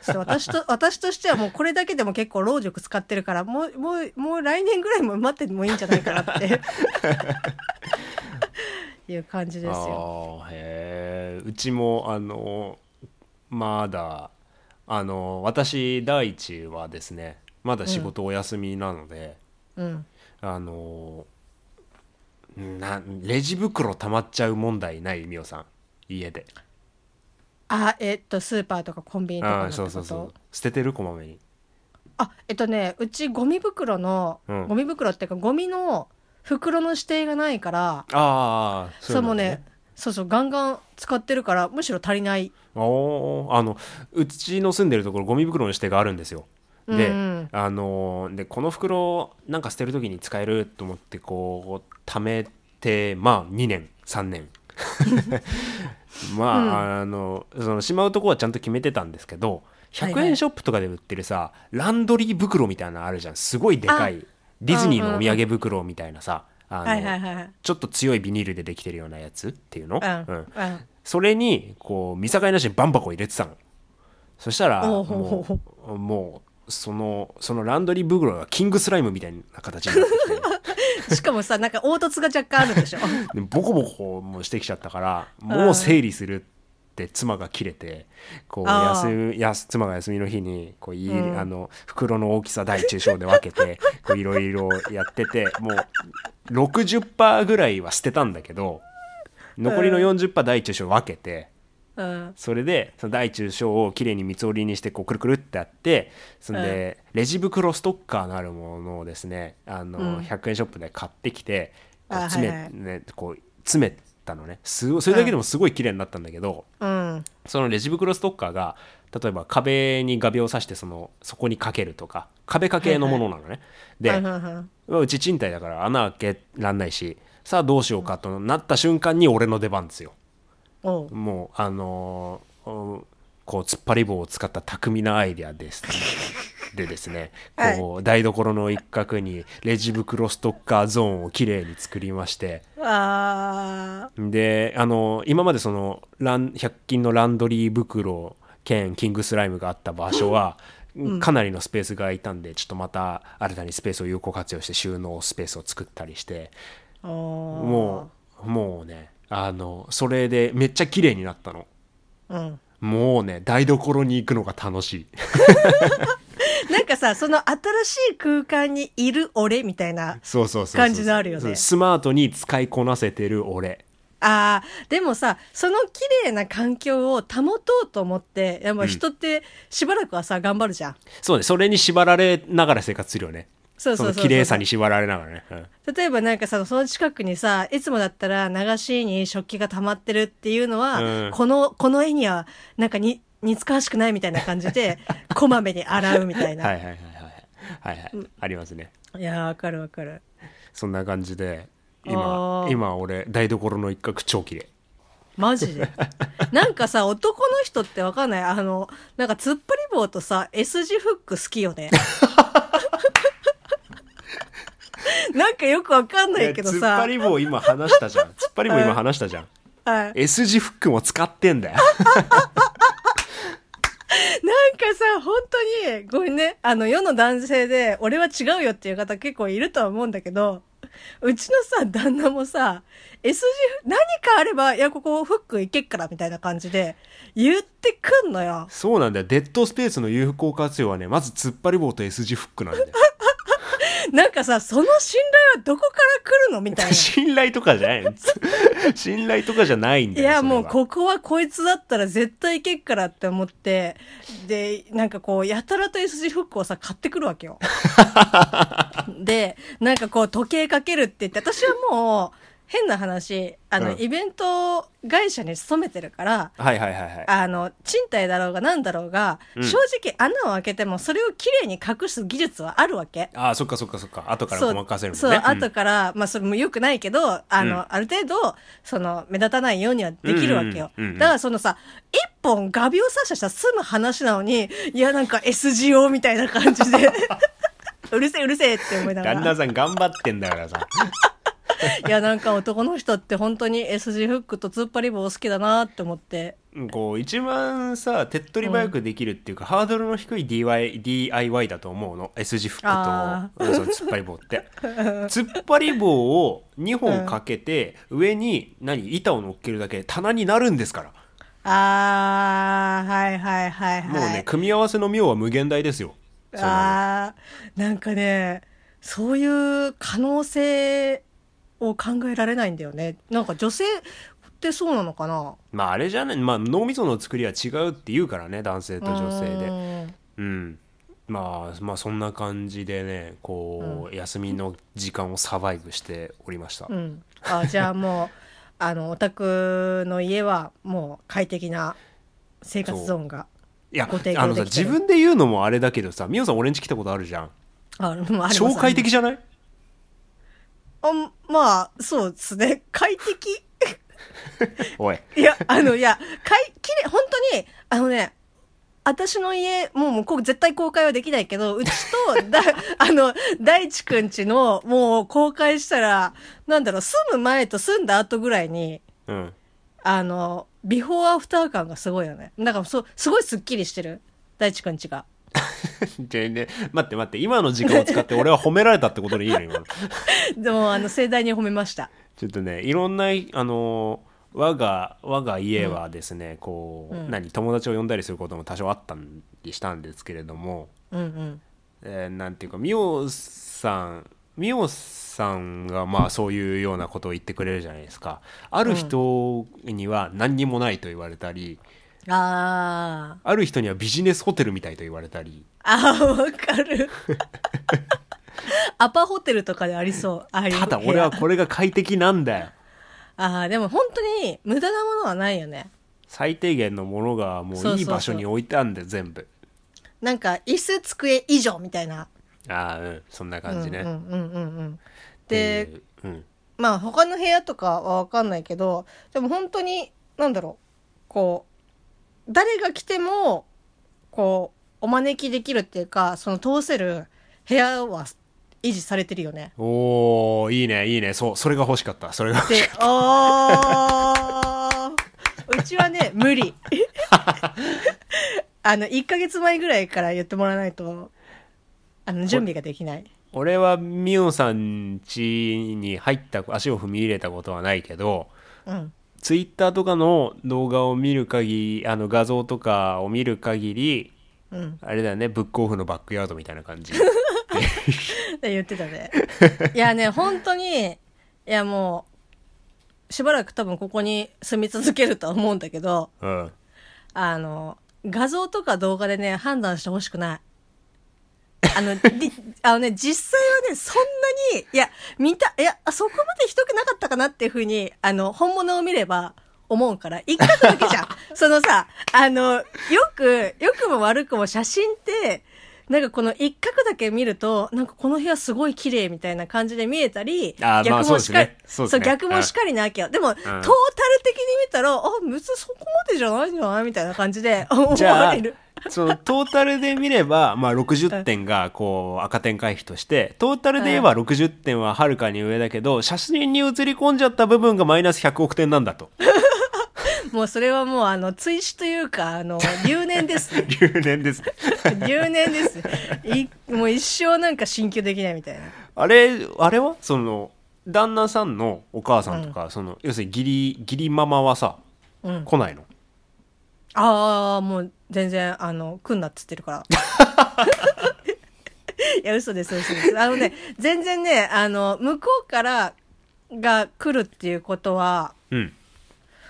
Speaker 2: ちょっと私
Speaker 1: <laughs>
Speaker 2: と私としてはもうこれだけでも結構労力使ってるからもうもうもう来年ぐらいも待ってもいいんじゃないかなって
Speaker 1: <laughs>
Speaker 2: いう感じですよ。
Speaker 1: ああへえうちもあのまだあの私第一はですねまだ仕事お休みなので、
Speaker 2: うん、
Speaker 1: あのなレジ袋溜まっちゃう問題ないみおさん家で
Speaker 2: あえっとスーパーとかコンビニとかの
Speaker 1: あ
Speaker 2: っ
Speaker 1: ー
Speaker 2: てこ
Speaker 1: そうそ
Speaker 2: と
Speaker 1: うそう捨ててるこまめに
Speaker 2: あえっとねうちゴミ袋の、
Speaker 1: うん
Speaker 2: ゴミ袋っていうかゴミの袋の指定がないから
Speaker 1: ああ
Speaker 2: それもねそうそうガンガン使ってるからむしろ足りない
Speaker 1: おーあのうちの住んでるところゴミ袋の指定があるんですよ。で,、
Speaker 2: うん
Speaker 1: あのーでこの袋なんか捨てる時に使えると思ってこう貯めてまあ2年3年
Speaker 2: <laughs>
Speaker 1: まあ,、あのそのしまうとこはちゃんと決めてたんですけど
Speaker 2: はいは
Speaker 1: 100
Speaker 2: い
Speaker 1: 円ショップとかで売ってるさ、ランドリー袋みたいなのあるじゃんすごいでかいディズニーのお土産袋みたいなさ、あの
Speaker 2: はいはいはいはい
Speaker 1: ちょっと強いビニールでできてるようなやつっていうの、
Speaker 2: うんうん
Speaker 1: それにこう見境なしにバン箱入れてたのそしたら
Speaker 2: おうほうほうほ
Speaker 1: もうもうそのそのランドリー袋がキングスライムみたいな形になって
Speaker 2: しかもさなんか凹凸が若干ある
Speaker 1: <laughs>
Speaker 2: でしょ <laughs>
Speaker 1: きてでボコボコもうしてきちゃったからもう整理するって妻が切れてこう
Speaker 2: あ
Speaker 1: 休
Speaker 2: ー
Speaker 1: みやす妻が休みの日にこういい、
Speaker 2: うん
Speaker 1: あの袋の大きさ大中小で分け
Speaker 2: <laughs>
Speaker 1: てこういろいろやっててもう60%ぐらいは捨てたんだけど残りの40%大中小分けて。
Speaker 2: うん
Speaker 1: それでその大中小をきれいに三つ折りにしてこうくるくるってやってそんで、レジ袋ストッカーのあるものをですねあの、
Speaker 2: うん
Speaker 1: 100円ショップで買ってきてこう
Speaker 2: あ
Speaker 1: 詰め,、
Speaker 2: はいはい
Speaker 1: ね、こう詰めたのねすごいそれだけでもすごい綺麗になったんだけど、
Speaker 2: うん
Speaker 1: そのレジ袋ストッカーが例えば壁に画鋲を刺してそのそこにかけるとか壁掛けのものなのね。で、
Speaker 2: うんうんうん
Speaker 1: まあうち賃貸だから穴開けらんないしさあどうしようかとなった瞬間に俺の出番ですよ。
Speaker 2: おう
Speaker 1: もうあのーおこう突っ張り棒を使った巧みなアイデアです。でですね、
Speaker 2: <laughs> はい
Speaker 1: こう台所の一角にレジ袋ストッカーゾーンをきれいに作りまして
Speaker 2: あ
Speaker 1: であのー今までそのラン100均のランドリー袋兼キングスライムがあった場所は、かなりのスペースが空いたんでちょっとまた新たにスペースを有効活用して収納スペースを作ったりして
Speaker 2: ーお
Speaker 1: もうもうねあのそれでめっちゃ綺麗になったの。
Speaker 2: う、うん、
Speaker 1: もうね台所に行くのが楽しい
Speaker 2: なんかさその新しい空間にいる俺みたいな
Speaker 1: <laughs> そうそうそうそう
Speaker 2: 感じのあるよね
Speaker 1: そうスマートに使いこなせてる俺
Speaker 2: あーでもさその綺麗な環境を保とうと思ってやっぱ人ってしばらくはさ頑張るじゃん
Speaker 1: そうねそれに縛られながら生活するよね
Speaker 2: そうそうそうそう
Speaker 1: の綺麗さに縛られながらね、うん
Speaker 2: 例えばなんかさその近くにさいつもだったら流しに食器が溜まってるっていうのは、
Speaker 1: うん
Speaker 2: このこの絵にはなんかに似つかわしくないみたいな感
Speaker 1: <laughs>
Speaker 2: じでこまめに洗うみたいな、
Speaker 1: はい
Speaker 2: い、
Speaker 1: はいはいはいはいはい、ありますね
Speaker 2: やーわかるわかる
Speaker 1: そんな感じで
Speaker 2: あ
Speaker 1: 今
Speaker 2: ー
Speaker 1: 今俺台所の一角超綺麗
Speaker 2: マジで <laughs> なんかさ男の人ってわかんないあ
Speaker 1: <laughs>
Speaker 2: のなんか突っ張り棒とさ S 字フック好きよねなんかよくわかんないけど
Speaker 1: 突っ
Speaker 2: さ
Speaker 1: 張。り棒今話したじ
Speaker 2: <laughs>
Speaker 1: ゃん。突っ張り棒今話したじゃん。
Speaker 2: はい
Speaker 1: S 字フックも使ってんだよ。
Speaker 2: なんかさ、本当に、ごめんね。あの、世の男性で、俺は違うよっていう方結構いるとは思うんだけど、うちのさ、旦那もさ、S 字、何かあれば、いや、ここフックいけっから、みたいな感じで、言ってくんのよ。
Speaker 1: そうなんだよ。デッドスペースの有効活用はね、まず突っ張り棒と S 字フックなんだよ。
Speaker 2: なんかさ、その信頼はどこから来るのみたいな。
Speaker 1: 信頼とかじゃ
Speaker 2: <laughs>
Speaker 1: ないの信頼とかじゃないんだ
Speaker 2: い
Speaker 1: よ。
Speaker 2: や
Speaker 1: それは
Speaker 2: もうここはこいつだったら絶対いけっからって思ってでなんかこうやたらと S 字フックをさ買ってくるわ
Speaker 1: <laughs>
Speaker 2: けよでなんかこう時計かけるって言って私はもう変な話あの、
Speaker 1: うん
Speaker 2: イベント会社に勤めてるから
Speaker 1: はいはいはいはい。
Speaker 2: あの賃貸だろうがなんだろうが、
Speaker 1: うん
Speaker 2: 正直穴を開けてもそれをきれいに隠す技術はあるわけ
Speaker 1: ああ、そっかそっかそっか。後からごまかせるもんね。
Speaker 2: そう、そう
Speaker 1: うん
Speaker 2: 後から、まあそれも良くないけど、あの、
Speaker 1: うん
Speaker 2: ある程度、その、目立たないようにはできるわけよ。
Speaker 1: うんうんうんうん
Speaker 2: だからそのさ、一本画鋲刺したら済む話なのに、いやなんか SGO みたいな感じで。 <laughs> うるせえうるせえって思いなが
Speaker 1: 旦那
Speaker 2: ら。
Speaker 1: さん頑張ってんだからさ。
Speaker 2: いやなんか男の人って本当に S 字フックと突っ張り棒好きだなって思って。
Speaker 1: こう一番さ手っ取り早くできるっていうか、ハードルの低い DIY, DIY だと思うの S 字フッ
Speaker 2: あ
Speaker 1: クとうんそう突っ張り棒って突っ張り棒を2本かけて、上に何板を乗っけるだけで棚になるんですから、
Speaker 2: あー、はいはいはいはい。
Speaker 1: もうね組み合わせの妙は無限大ですよそんな
Speaker 2: あーなんかねそういう可能性を考えられないんだよねなんか女性ってそうなのかな
Speaker 1: のまああれじゃない、まあ、脳みその作りは違うって言うからね男性と女性で
Speaker 2: で
Speaker 1: うんまあまあそんな感じでねこう、休みの時間をサバイブしておりました、
Speaker 2: うんあじゃあもうあのお宅の家はもう快適な生活ゾーンが
Speaker 1: いや
Speaker 2: ご提供できてる
Speaker 1: あのさ自分で言うのもあれだけどさミオさん俺んち来たことあるじゃん
Speaker 2: あもうあり
Speaker 1: 超快
Speaker 2: ます
Speaker 1: 適じゃない
Speaker 2: あんまあそうですね快適
Speaker 1: おい
Speaker 2: いやあのいやかいきれい本当にあのね私の家、もう、もう、こう絶対公開はできないけど、うちと、
Speaker 1: <laughs>
Speaker 2: だ、あの、大地くんちの、もう、公開したら、なんだろう、住む前と住んだ後ぐらいに、
Speaker 1: うん <laughs>
Speaker 2: あの、ビフォーアフター感がすごいよね。なんか、そう、すごいスッキリしてる。大地くんちが。
Speaker 1: でね待って待って今の時間を使って俺は褒められたってことでいいの今の
Speaker 2: でも、あの、盛大に褒めました。
Speaker 1: ちょっとねいろんなあのー我が我が家はですね、こう、
Speaker 2: うん
Speaker 1: 何友達を呼んだりすることも多少あったりしたんですけれども、
Speaker 2: うんうん。
Speaker 1: えーなんていうかミオさんミオさんがまあそういうようなことを言ってくれるじゃないですかある人には何にもないと言われたり、
Speaker 2: あー。
Speaker 1: ある人にはビジネスホテルみたいと言われたり
Speaker 2: あー、わか
Speaker 1: <laughs>
Speaker 2: る。アパホテルとかでありそう。ああいう
Speaker 1: ただ
Speaker 2: 部屋
Speaker 1: 俺はこれが快適なんだよ
Speaker 2: ああ、でも本当に無駄なものはないよね。
Speaker 1: 最低限のものがもういい場所に置いてあんだよ全部
Speaker 2: なんか、椅子机以上みたいな。
Speaker 1: ああうんそんな感じね、
Speaker 2: うんうんうんうんうん。
Speaker 1: で
Speaker 2: で、
Speaker 1: うん
Speaker 2: まあ他の部屋とかはわかんないけど、でも本当に、なんだろう、こう、誰が来ても、こう、お招きできるっていうか、その通せる部屋は維持されてるよね。
Speaker 1: おーいいねいいねそうそれが欲しかったそれが
Speaker 2: で、あーうちはね、無理。あの、1ヶ月前ぐらいから言ってもらわないと、あの、準備ができない。
Speaker 1: <laughs> 俺はミオさん家に入った足を踏み入れたことはないけど
Speaker 2: うん。
Speaker 1: ツイッターとかの動画を見る限りあの画像とかを見る限り
Speaker 2: うん。
Speaker 1: あれだよねブックオフのバックヤードみたいな
Speaker 2: <laughs>
Speaker 1: 感じ
Speaker 2: って言ってたね。いやね、本当に、いやもう、しばらく多分ここに住み続けるとは思うんだけど、
Speaker 1: うん
Speaker 2: あの、画像とか動画でね、判断してほしくない。
Speaker 1: <laughs>
Speaker 2: あの、りあのね、実際はね、そんなに、いや、見た、いや、あそこまでひどくなかったかなっていうふうに、あの、本物を見れば思うから、一角だけ
Speaker 1: <laughs>
Speaker 2: じゃん。そのさ、あの、よく、良くも悪くも写真って、なんかこの一角だけ見ると、なんかこの部屋すごい綺麗みたいな感じで見えたり、
Speaker 1: あーまあ
Speaker 2: 逆もしっかり、
Speaker 1: そうですねそうですね
Speaker 2: 逆もしっかりなわけよ。でも、トータル
Speaker 1: <laughs>
Speaker 2: 的に見たら、あ、別にそこまでじゃないんじゃないみたいな感じで思
Speaker 1: じゃ
Speaker 2: わ
Speaker 1: あ
Speaker 2: れる。
Speaker 1: そのトータルで見れば、まあ、60点がこう赤点回避としてトータルで言えば60点ははるかに上だけど写真に写り込んじゃった部分がマイナス100億点なんだと
Speaker 2: もうそれはもうあの追試というか
Speaker 1: <laughs>
Speaker 2: あの留年ですね
Speaker 1: 留年ですね
Speaker 2: 留年ですいもう一生なんか進級できないみたいな
Speaker 1: あれあれはその旦那さんのお母さんとか、その要するに義理義理ママはさ、
Speaker 2: うん
Speaker 1: 来ないの
Speaker 2: ああもう全然あの来んなっつってるから <laughs> いや嘘です嘘ですあのね全然ねあの向こうからが来るっていうことは
Speaker 1: うん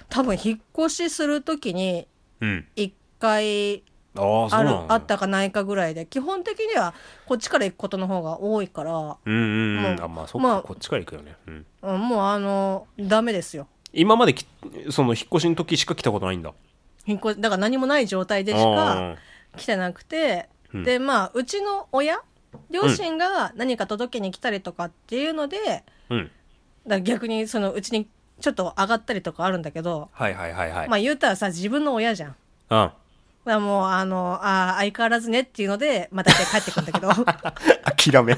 Speaker 2: 多分引っ越しするときに
Speaker 1: うん
Speaker 2: 一回
Speaker 1: ああそ
Speaker 2: あ
Speaker 1: う
Speaker 2: る
Speaker 1: なの
Speaker 2: あったかないかぐらいで基本的にはこっちから行くことの方が多いから、
Speaker 1: うんうんうん
Speaker 2: もう
Speaker 1: あまあそっか、
Speaker 2: まあ
Speaker 1: こっちから行くよね、うん、
Speaker 2: うんもうあのダメですよ
Speaker 1: 今まできその引っ越しの時しか来たことないんだ
Speaker 2: 引っ越しだから何もない状態でしか来てなくて、
Speaker 1: うん
Speaker 2: でまあうちの親両親が何か届けに来たりとかっていうので、
Speaker 1: うんうん
Speaker 2: だから逆にそのうちにちょっと上がったりとかあるんだけど、
Speaker 1: はいはいはいはい、
Speaker 2: まあ言うたらさ自分の親じゃん。だか
Speaker 1: あ、
Speaker 2: らもうあのあー相変わらずねっていうのでまた帰ってくるんだ
Speaker 1: <laughs>
Speaker 2: けど
Speaker 1: うん諦め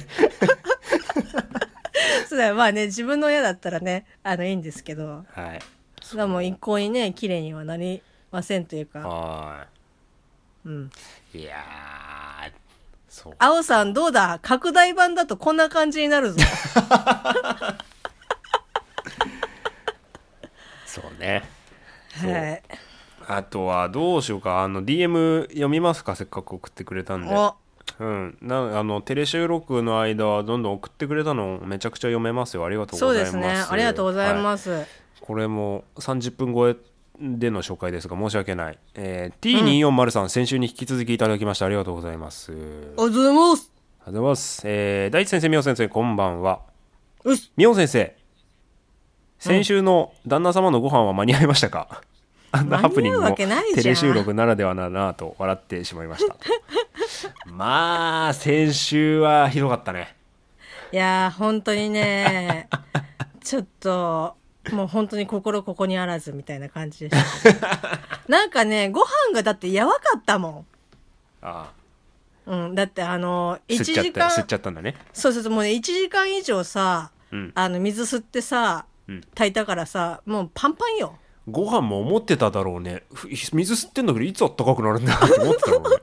Speaker 2: そうだよまあね自分の親だったらねあのいいんですけど
Speaker 1: はい
Speaker 2: だからもう一向にね綺麗にはなりませんというか、
Speaker 1: は
Speaker 2: うん、
Speaker 1: ーいいやーそう
Speaker 2: 青さんどうだ拡大版だとこんな感じになるぞ
Speaker 1: そうねそう
Speaker 2: はい
Speaker 1: あとはどうしようかあの DM 読みますかせっかく送ってくれたんで
Speaker 2: お
Speaker 1: うん、なあのテレ収録の間はどんどん送ってくれたのめちゃくちゃ読めますよありがとう
Speaker 2: そ
Speaker 1: ご
Speaker 2: う
Speaker 1: ざいま
Speaker 2: で
Speaker 1: す
Speaker 2: すねありがとうござい
Speaker 1: は
Speaker 2: ます、
Speaker 1: これも30分超えでの紹介ですが申し訳ない、えー T240 さん、先週に引き続きいただきましてありがとうございますありがと
Speaker 2: おずもす
Speaker 1: うございます、えー、大地先生みお先生こんばんは
Speaker 2: うっす
Speaker 1: みお先生先週の旦那様のご飯は間に合いました
Speaker 2: <laughs>
Speaker 1: か、あんなハプニング
Speaker 2: 間に合う
Speaker 1: も
Speaker 2: わけないじゃん
Speaker 1: テレ収録ならではだなぁと笑ってしまいま
Speaker 2: <laughs>
Speaker 1: したまあ先週はひどかったね
Speaker 2: いやー本当にね <laughs> ちょっともう本当に心ここにあらずみたいな感じでした
Speaker 1: <laughs>
Speaker 2: なんかねご飯がだってやばかったも
Speaker 1: あ
Speaker 2: ん、うん、だってあの
Speaker 1: あ吸
Speaker 2: 1
Speaker 1: っちゃっ
Speaker 2: 時
Speaker 1: た
Speaker 2: 間
Speaker 1: 吸っちゃったんだね
Speaker 2: そうそうそうもうね1時間以上さ、
Speaker 1: うん
Speaker 2: あの水吸ってさ、
Speaker 1: うん
Speaker 2: 炊いたからさもうパンパンよ
Speaker 1: ご飯も思ってただろうねふ水吸ってんだけどいつあったかくなるんだって思ってたろ
Speaker 2: <laughs>
Speaker 1: うね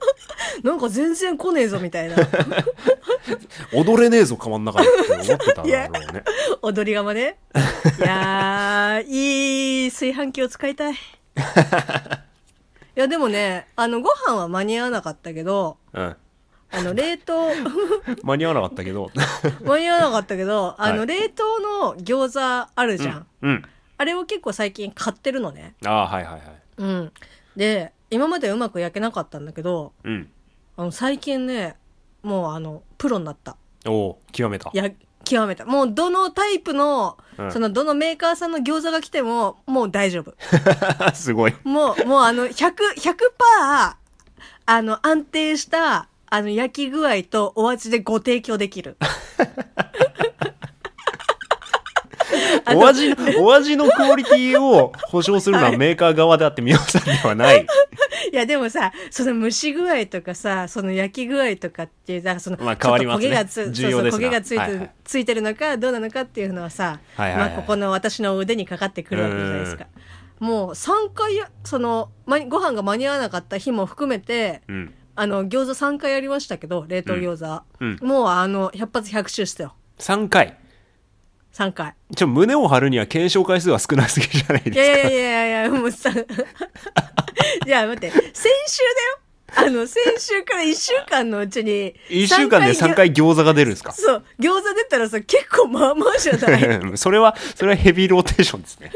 Speaker 2: なんか全然来ねえぞ
Speaker 1: <laughs>
Speaker 2: みたいな
Speaker 1: 踊れねえぞ釜の中でって思ってたんだろうね
Speaker 2: 踊り釜ねいやーいい炊飯器を使
Speaker 1: <laughs>
Speaker 2: いたいいやでもねあのご飯は間に合わなかったけど
Speaker 1: うん
Speaker 2: あの冷凍 <laughs>
Speaker 1: 間に合わなかったけど <laughs>
Speaker 2: 間に合わなかったけどあの、
Speaker 1: はい
Speaker 2: 冷凍の餃子あるじゃん、
Speaker 1: うん
Speaker 2: あれを結構最近買ってるのね
Speaker 1: ああはいはいはい
Speaker 2: うんで今まではうまく焼けなかったんだけど
Speaker 1: うん
Speaker 2: あの最近ねもうあのプロになった
Speaker 1: おお極めた
Speaker 2: や極めたもうどのタイプの、
Speaker 1: うん
Speaker 2: そのどのメーカーさんの餃子が来てももう大丈夫
Speaker 1: <laughs> すごい
Speaker 2: もうもうあの 100%, 100%あの安定したあの焼き具合とお味でご提供できるあの
Speaker 1: お
Speaker 2: <laughs>
Speaker 1: 味お味のクオリティを保証するのはメーカー側であって美容さんではない
Speaker 2: <laughs> いやでもさその蒸し具合とかさその焼き具合とかっていうだからその、
Speaker 1: まあ変わりますね
Speaker 2: ちょっと焦げがつ
Speaker 1: 重要です
Speaker 2: そ
Speaker 1: な
Speaker 2: うそう焦げがついて,、
Speaker 1: はいはい
Speaker 2: ついてるのかどうなのかっていうのはさ、
Speaker 1: はいはいはい
Speaker 2: まあ、ここの私の腕にかかってくるわけじゃないですか。もう3回やそのまご飯が間に合わなかった日も含めて
Speaker 1: うん
Speaker 2: あの餃子3回やりましたけど冷凍餃子、
Speaker 1: うんう
Speaker 2: もうあの100発100中したよ
Speaker 1: 3回
Speaker 2: 3回
Speaker 1: ちょ胸を張るには検証回数は少なすぎじゃないで
Speaker 2: いやい
Speaker 1: す
Speaker 2: や
Speaker 1: か
Speaker 2: いやいやいや、もうさ、 <laughs> じゃあ待って、先週だよ。あの、先週から1週間のうちに。
Speaker 1: 1週間で3
Speaker 2: 三
Speaker 1: 回餃子が出るんですか
Speaker 2: そう、餃子出たらさ、結構まあまあじゃない <laughs>
Speaker 1: <laughs> それはそれはヘビーローテーションですね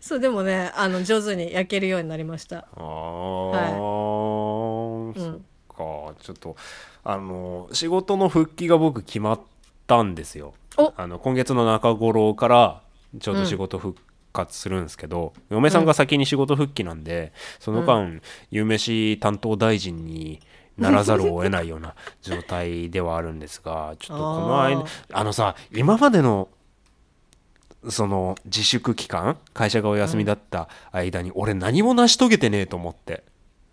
Speaker 2: そう、でもね、あの、上手に焼けるようになりました。
Speaker 1: ああ、
Speaker 2: い
Speaker 1: そっかちょっとあの仕事の復帰が僕決まったんですよ
Speaker 2: お
Speaker 1: あの今月の中頃からちょうど仕事復活するんですけど、嫁さんが先に仕事復帰なんで、その間夕飯担当大臣にならざるを得ないような状態ではあるんですがちょっとこの間
Speaker 2: あー
Speaker 1: あのさ今までのその自粛期間会社がお休みだった間に俺何も成し遂げてねえと思って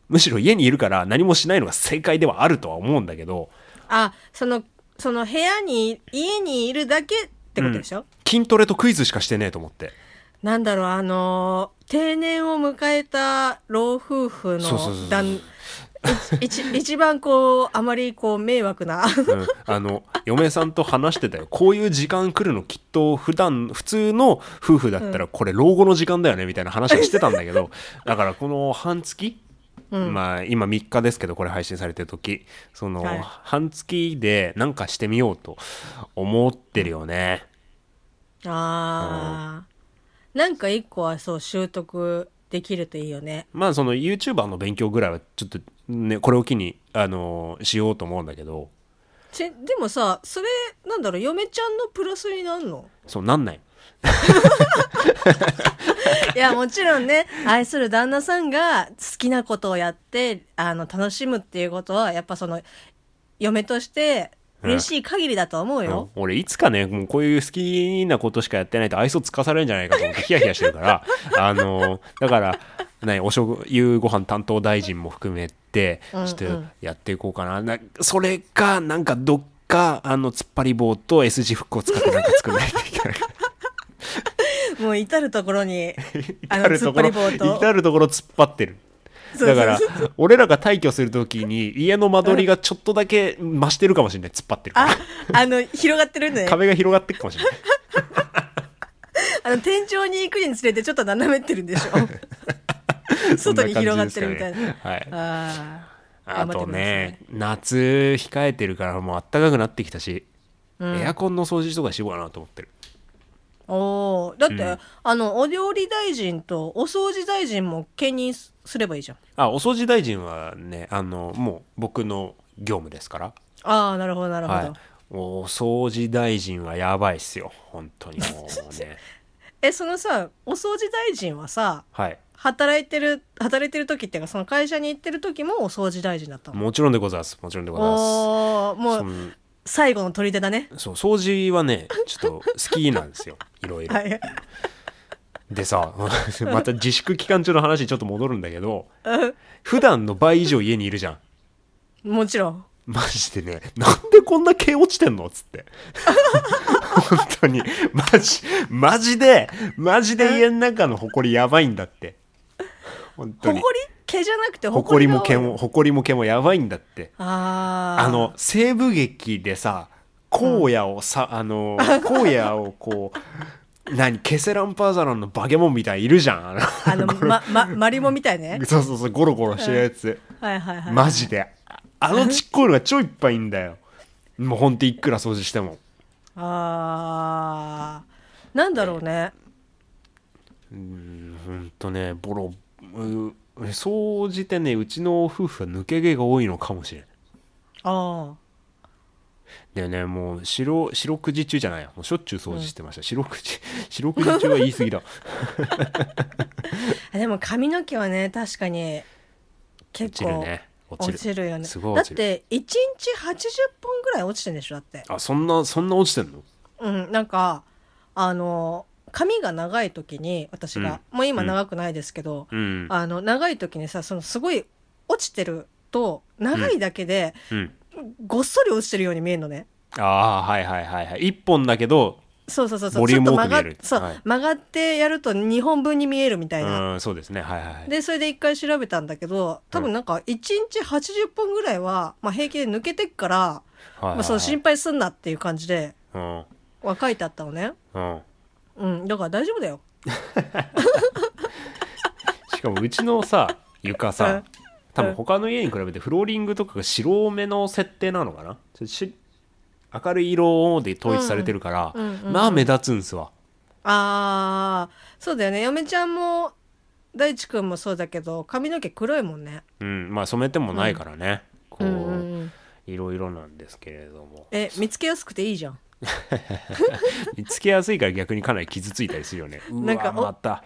Speaker 1: むしろ家にいるから何もしないのが正解ではあるとは思うんだけど
Speaker 2: あ、その、その部屋に、家にいるだけってことでしょ、
Speaker 1: 筋トレとクイズしかしてねえと思って
Speaker 2: なんだろう、あのー定年を迎えた老夫婦
Speaker 1: そうそうそうそう
Speaker 2: の旦、一一一番こう、あまりこう、迷惑な。
Speaker 1: うんあの嫁さんと話してたよこういう時間来るのきっと普段普通の夫婦だったらこれ老後の時間だよねみたいな話をしてたんだけどだからこの半月、まあ今3日ですけどこれ配信されてる時その
Speaker 2: はい
Speaker 1: 半月でなんかしてみようと思ってるよね。
Speaker 2: あー。なんか一個はそう、習得できるといいよね。
Speaker 1: まあその YouTuber の勉強ぐらいはちょっとねこれを機にあのしようと思うんだけど
Speaker 2: ちでもさ、それ、なんだろう、嫁ちゃんのプラスになんの
Speaker 1: そうなんない。
Speaker 2: <laughs> いや、もちろんね、愛する旦那さんが好きなことをやって、あの、楽しむっていうことは、やっぱその、嫁として嬉しい限りだと思うよ。
Speaker 1: 俺いつかねもうこういう好きなことしかやってないと愛想つかされるんじゃないかと思ってヒヤヒヤしてるから <laughs> あのだから、ね、お食夕ご飯担当大臣も含めてち
Speaker 2: うん
Speaker 1: ょ
Speaker 2: うん
Speaker 1: っとやっていこうかな,な、それかなんかどっかあの突っ張り棒と S 字フックを使ってなんか作らないといけない
Speaker 2: もう至るとこ
Speaker 1: <laughs>
Speaker 2: ろに、 <laughs> あの、
Speaker 1: 至る
Speaker 2: 突
Speaker 1: と
Speaker 2: っ
Speaker 1: こ
Speaker 2: 張
Speaker 1: ろ
Speaker 2: り棒と。
Speaker 1: 至るところ突っ張ってる。
Speaker 2: そうそうそ
Speaker 1: だ
Speaker 2: う
Speaker 1: から俺らが退去するときに家の間取りがちょっとだけ増してるかもしれない突っ張ってるから
Speaker 2: あ、あの、広がってるんだね。
Speaker 1: 壁が広がってるかもしれない
Speaker 2: あの、天井に行くにつれてちょっと斜めってるん
Speaker 1: <laughs>
Speaker 2: でしょ外に広がってるみたいな。
Speaker 1: そん感じですかねはい
Speaker 2: ああ。
Speaker 1: あ
Speaker 2: 頑張って
Speaker 1: と
Speaker 2: ください
Speaker 1: ね。夏控えてるからもう暖かくなってきたし、エアコンの掃除とかしようかなと思ってる
Speaker 2: おお、だって、
Speaker 1: うん
Speaker 2: あの、お料理大臣とお掃除大臣も兼任すればいいじゃん。
Speaker 1: あお掃除大臣はねあのもう僕の業務ですから
Speaker 2: ああ、なるほど、なるほど。
Speaker 1: はいお掃除大臣はやばいっすよ本当にもう
Speaker 2: <laughs>
Speaker 1: ね
Speaker 2: え、そのさ、お掃除大臣はさ、
Speaker 1: はい
Speaker 2: 働いてる、働いてる時っていうか、その会社に行ってる時もお掃除大臣だったの。
Speaker 1: もちろんでございますもちろんでございます
Speaker 2: おお、も、
Speaker 1: そうの
Speaker 2: 最後の砦だね。
Speaker 1: そう掃除はねちょっと好きなん
Speaker 2: <laughs>
Speaker 1: ですよいろいろ、
Speaker 2: はい。
Speaker 1: で
Speaker 2: <laughs>
Speaker 1: さまた自粛期間中の話にちょっと戻るんだけど普段の倍以上家にいるじゃん
Speaker 2: もちろん。
Speaker 1: マジでね、なんでこんな毛落ちてんのっつって。本当に。マジ、マジで、マジで家の中の埃やばいんだって。本当
Speaker 2: ほ
Speaker 1: に
Speaker 2: こ。り毛じゃなくてほこ
Speaker 1: 埃
Speaker 2: り
Speaker 1: も毛も、埃も毛もやばいんだって。
Speaker 2: ああ
Speaker 1: あの、西部劇でさ、荒野をさ、あの、荒野をこう、何、ケセランパーザランのバゲモンみたいにいるじゃん。あの、
Speaker 2: あのままマリモみたいね
Speaker 1: そうそうそう、ゴロゴロしてるやつ。
Speaker 2: はいはいはい
Speaker 1: マジで。あのちっこいのが超いっぱいいんだよ。もうほんといくら掃除しても。
Speaker 2: あーなんだろうね
Speaker 1: ほんとねボロう総じてねうちの夫婦は抜け毛が多いのかもしれん
Speaker 2: あ
Speaker 1: でねもう白白くじ中じゃないやもうしょっちゅう掃除してました、白くじ <laughs> 白くじ中は言い過ぎだ
Speaker 2: あでも髪の毛はね確かに <laughs> 結
Speaker 1: 落ちる
Speaker 2: 構
Speaker 1: ね落ちる
Speaker 2: 落ちるよね
Speaker 1: すごい
Speaker 2: だっ
Speaker 1: 落ちる
Speaker 2: て1日80本ぐらい落ちてんでしょだって
Speaker 1: あそんなそんな落ちてんの
Speaker 2: うんなんかあの髪が長い時に私が、もう今長くないですけど、
Speaker 1: うん
Speaker 2: あの長い時にさそのすごい落ちてると長いだけで、
Speaker 1: うん
Speaker 2: ごっそり落ちてるように見えるのね
Speaker 1: ああーはいはいはいはい一本だけど
Speaker 2: そうそうそうそう
Speaker 1: ボリューム多く見え
Speaker 2: ちょっと曲がっ
Speaker 1: る
Speaker 2: そう、
Speaker 1: はい
Speaker 2: 曲がってやると2本分に見えるみたいな、
Speaker 1: うんそうですねはいはいはい
Speaker 2: でそれで一回調べたんだけど多分なんか1日80本ぐらいは、まあ、平気で抜けてっから、
Speaker 1: はい
Speaker 2: まあ、その心配すんなっていう感じで
Speaker 1: うん
Speaker 2: は書いてあったのね
Speaker 1: うん
Speaker 2: うんだから大丈夫だよ
Speaker 1: しかもうちのさ床
Speaker 2: う
Speaker 1: さ
Speaker 2: ん
Speaker 1: 多分他の家に比べてフローリングとかが白めの設定なのかなちょし明るい色で統一されてるから、
Speaker 2: うんうんうん
Speaker 1: まあ目立つんすわ
Speaker 2: あーそうだよね嫁ちゃんも大地君もそうだけど髪の毛黒いもんね
Speaker 1: うんまあ染めてもないからね、こ
Speaker 2: うんう
Speaker 1: うん
Speaker 2: うん
Speaker 1: いろいろなんですけれども <laughs>
Speaker 2: え見つけやすくていいじゃん
Speaker 1: 見つけやすいから逆にかなり傷ついたりするよねう
Speaker 2: なん
Speaker 1: わ
Speaker 2: かお
Speaker 1: また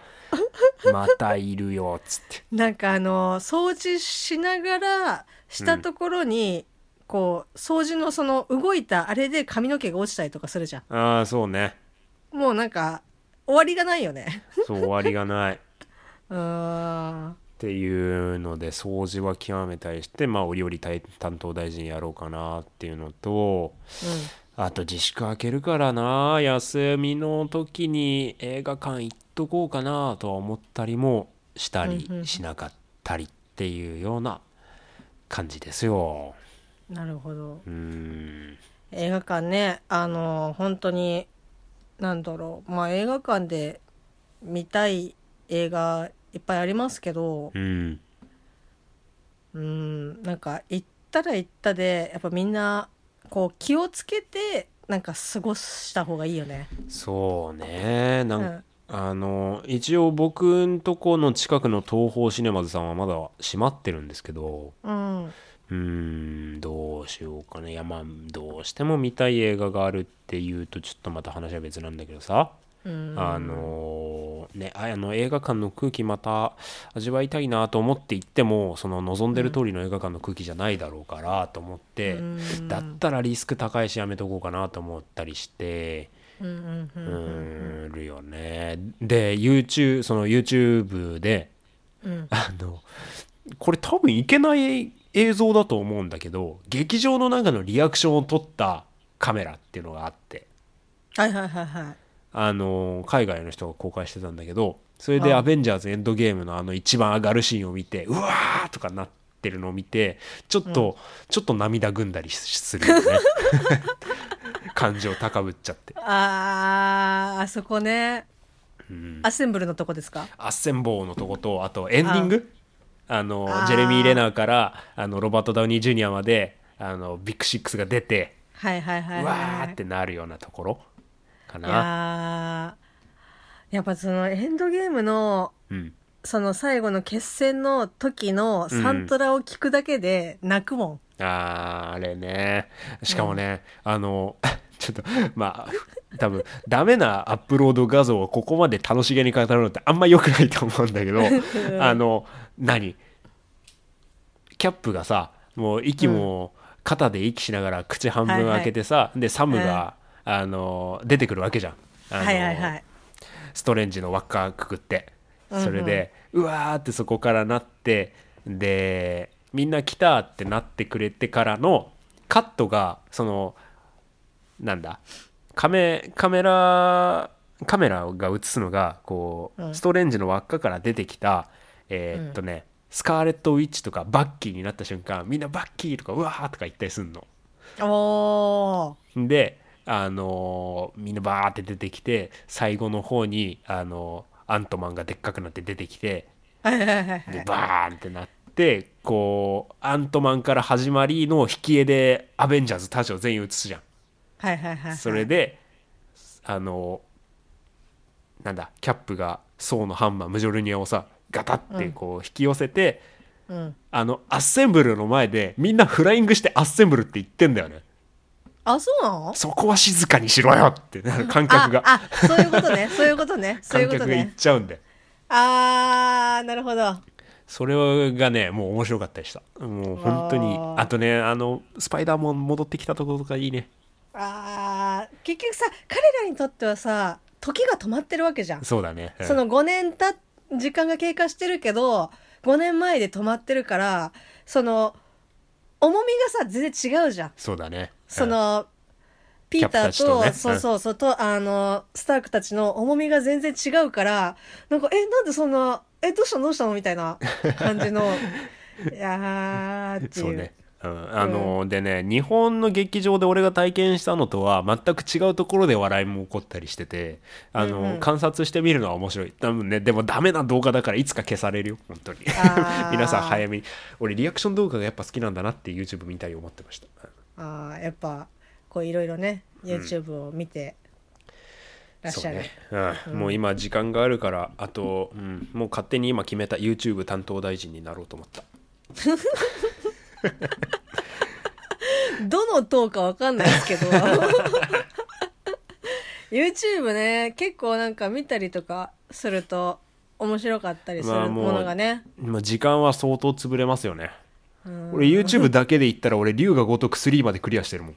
Speaker 1: またいるよっつって
Speaker 2: なんかあの掃除しながらしたところに、こう掃除のその動いたあれで髪の毛が落ちたりとかするじゃ
Speaker 1: ああそうね
Speaker 2: ん <laughs> もうなんか終わりがないよね
Speaker 1: そう終わりがない
Speaker 2: うーん
Speaker 1: っていうので掃除は極めたりして、まあ、お料理担当大臣やろうかなっていうのとあと自粛開けるからな休みの時に映画館行っとこうかなとは思ったりもしたり
Speaker 2: うんうん
Speaker 1: しなかったりっていうような感じですよ。
Speaker 2: うん、なるほど
Speaker 1: うーん
Speaker 2: 映画館ねあの本当になんだろうまあ映画館で見たい映画いっぱいありますけど
Speaker 1: うん
Speaker 2: うんなんか行ったら行ったでやっぱみんなこう気をつけてなんか過ごした方がいいよね。
Speaker 1: そうねな
Speaker 2: うんん、
Speaker 1: あの一応僕んとこの近くの東宝シネマズさんはまだ閉まってるんですけど
Speaker 2: うん、
Speaker 1: うーんどうしようかねいやまあどうしても見たい映画があるっていうとちょっとまた話は別なんだけどさ、
Speaker 2: うん、
Speaker 1: あのーねああの映画館の空気また味わいたいなと思って行ってもその望んでる通りの映画館の空気じゃないだろうからと思って、
Speaker 2: うん
Speaker 1: だったらリスク高いしやめとこうかなと思ったりして。
Speaker 2: うんうんう
Speaker 1: うんーんるよね。で YouTube その YouTube で
Speaker 2: うん
Speaker 1: あのこれ多分いけない映像だと思うんだけど劇場の中のリアクションを撮ったカメラっていうのがあって
Speaker 2: はいはいはいはい。
Speaker 1: あの海外の人が公開してたんだけどそれ
Speaker 2: はい
Speaker 1: で「アベンジャーズエンドゲーム」のあの一番上がるシーンを見てうわーとかなってるのを見てちょっと、ちょっと涙ぐんだりするよね <laughs> 感情高ぶっちゃって。
Speaker 2: あーあそこね
Speaker 1: うん
Speaker 2: アッセンブルのとこですか
Speaker 1: アッセンボーのとことあとエンディングあの
Speaker 2: あー
Speaker 1: ジェレミー・レナーからあのロバート・ダウニー・ジュニアまであのビッグシックスが出て、
Speaker 2: はいはいはい、はい、
Speaker 1: うわーってなるようなところか
Speaker 2: い
Speaker 1: な。
Speaker 2: やーやっぱそのエンドゲームの
Speaker 1: うん、
Speaker 2: その最後の決戦の時のサントラを聞くだけで泣くもん、
Speaker 1: あーあれねしかもね、あの <laughs> ちょっとまあ多分ダメなアップロード画像をここまで楽しげに語るのってあんま良くないと思うんだけどあの何キャップがさもう息も肩で息しながら口半分開けてさ、でサムが、あの出てくるわけじゃん。あの
Speaker 2: はいはいはい
Speaker 1: ストレンジの輪っかくくって
Speaker 2: うんうん
Speaker 1: それで、うわーってそこからなってでみんな来たってなってくれてからのカットがそのなんだカメカメラカメラが映すのがこう、
Speaker 2: うん
Speaker 1: ストレンジの輪っかから出てきたえーっとね、スカーレット・ウィッチとかバッキーになった瞬間みんなバッキーとかうわーとか言ったりすんの。
Speaker 2: お
Speaker 1: で、あのーみんなバーって出てきて最後の方に、あのーアントマンがでっかくなって出てきて
Speaker 2: ーはいはいはいは
Speaker 1: で
Speaker 2: い
Speaker 1: バーンってなってこうアントマンから始まりの引き絵でアベンジャーズ他を全員映すじゃん。
Speaker 2: はいはいはい
Speaker 1: それで、あのーなんだキャップがソーのハンマームジョルニアをさガタってこう引き寄せて、
Speaker 2: うん
Speaker 1: あのアッセンブルの前でみんなフライングしてアッセンブルって言ってんだよね。
Speaker 2: あそうなの
Speaker 1: そこは静かにしろよってなる観客が。
Speaker 2: ああそういうことねそういうことねそういう
Speaker 1: 観
Speaker 2: こと
Speaker 1: 客が行っ
Speaker 2: ね
Speaker 1: ちゃうんで
Speaker 2: あーなるほど
Speaker 1: それがねもう面白かったでしたもう本当に
Speaker 2: あー
Speaker 1: あとねあのスパイダーマン戻ってきたところとかいいね
Speaker 2: あー結局さ彼らにとってはさ時が止まってるわけじゃん
Speaker 1: そうだね、うん
Speaker 2: その5年た時間が経過してるけど5年前で止まってるからその重みがさ全然違うじゃん。
Speaker 1: そうだね
Speaker 2: そ
Speaker 1: うん
Speaker 2: の、ピータ
Speaker 1: キャップたち
Speaker 2: ーと
Speaker 1: とね
Speaker 2: そうそうそうとあのスタークたちの重みが全然違うからなんかえなんでそんなえどうしたのどうしたのみたいな感
Speaker 1: <laughs>
Speaker 2: じのいやーっていう
Speaker 1: そうねうん、あのでね日本の劇場で俺が体験したのとは全く違うところで笑いも起こったりしててあの、
Speaker 2: うんうん
Speaker 1: 観察してみるのは面白い多分ねでもダメな動画だからいつか消されるよ本当に
Speaker 2: あ
Speaker 1: <laughs>
Speaker 2: ー
Speaker 1: 皆さん早めに俺リアクション動画がやっぱ好きなんだなって YouTube 見たり思ってました
Speaker 2: あーやっぱこういろいろね YouTube を見てらっしゃる。
Speaker 1: そうねうんもう今時間があるからあと、うん、もう勝手に今決めた YouTube 担当大臣になろうと思った
Speaker 2: どの党かわかんないですけど。YouTube ね、結構なんか見たりとかすると面白かったりす
Speaker 1: まあ
Speaker 2: る
Speaker 1: もう
Speaker 2: ものがね。
Speaker 1: 今時間は相当潰れますよね
Speaker 2: うん
Speaker 1: 俺 YouTube だけで言ったら俺龍が如く3までクリアしてるもん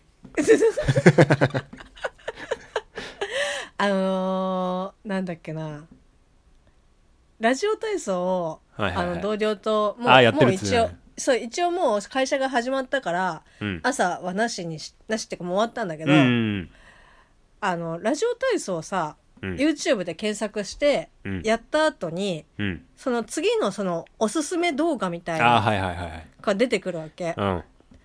Speaker 2: あのー、なんだっけな。ラジオ体操を、
Speaker 1: はいはいはい
Speaker 2: あの同僚とも
Speaker 1: あーやってる
Speaker 2: もう
Speaker 1: やつね
Speaker 2: 一応そう一応もう会社が始まったから、
Speaker 1: うん
Speaker 2: 朝はなしにしなしっていうかもう終わったんだけ
Speaker 1: う
Speaker 2: ど、
Speaker 1: んうん
Speaker 2: あのラジオ体操をさ、
Speaker 1: うん
Speaker 2: YouTube で検索して、
Speaker 1: うん
Speaker 2: やった後に
Speaker 1: うん
Speaker 2: その次のそのおすすめ動画みたい
Speaker 1: あー
Speaker 2: な
Speaker 1: はいはいはいはい
Speaker 2: のが出てくるわけ
Speaker 1: うん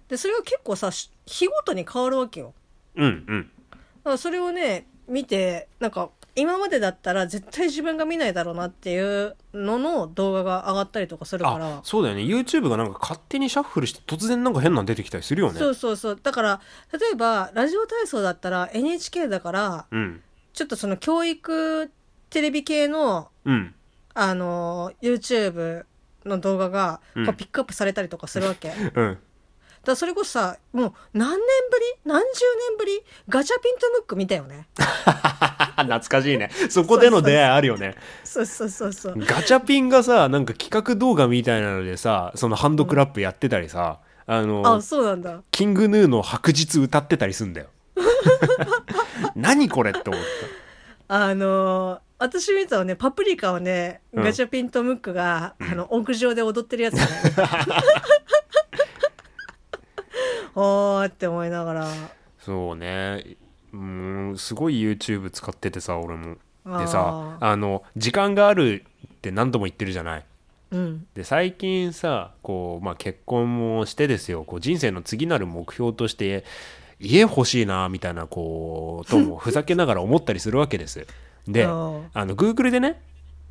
Speaker 2: でそれが結構さし日ごとに変わるわけよ
Speaker 1: うんうん
Speaker 2: だからそれをね見てなんか今までだったら絶対自分が見ないだろうなっていうのの動画が上がったりとかするから
Speaker 1: あそうだよね YouTube がなんか勝手にシャッフルして突然なんか変なの出てきたりするよね
Speaker 2: そうそうそうだから例えばラジオ体操だったら NHK だから
Speaker 1: うん
Speaker 2: ちょっとその教育テレビ系の
Speaker 1: うん
Speaker 2: あの YouTube の動画が
Speaker 1: うん
Speaker 2: こうピックアップされたりとかするわけ、だか
Speaker 1: うん <laughs>
Speaker 2: らそれこそさもう何年ぶり何十年ぶりガチャピンとムック見た
Speaker 1: <laughs>
Speaker 2: よね
Speaker 1: 懐かしいねそこでの出会いあるよね
Speaker 2: そうそうそうそう
Speaker 1: ガチャピンがさなんか企画動画みたいなのでさそのハンドクラップやってたりさ、あの
Speaker 2: あそうなんだ
Speaker 1: キングヌーの白日歌ってたりすん
Speaker 2: <laughs>
Speaker 1: だよ何これって思っ
Speaker 2: あのー私見たのね、パプリカをね、
Speaker 1: うん
Speaker 2: ガチャピンとムックが、あの、屋上で踊ってるや
Speaker 1: <laughs>
Speaker 2: つね。おーって思いながら。
Speaker 1: たそうねうんすごい YouTube 使っててさ俺もでさ
Speaker 2: あ
Speaker 1: あの時間があるって何度も言ってるじゃない
Speaker 2: うん。
Speaker 1: で最近さこう、まあ、結婚もしてですよこう人生の次なる目標として家欲しいなみたいなこうと
Speaker 2: <laughs>
Speaker 1: もふざけながら思ったりするわけですで
Speaker 2: あ
Speaker 1: あ
Speaker 2: ー
Speaker 1: の Google でね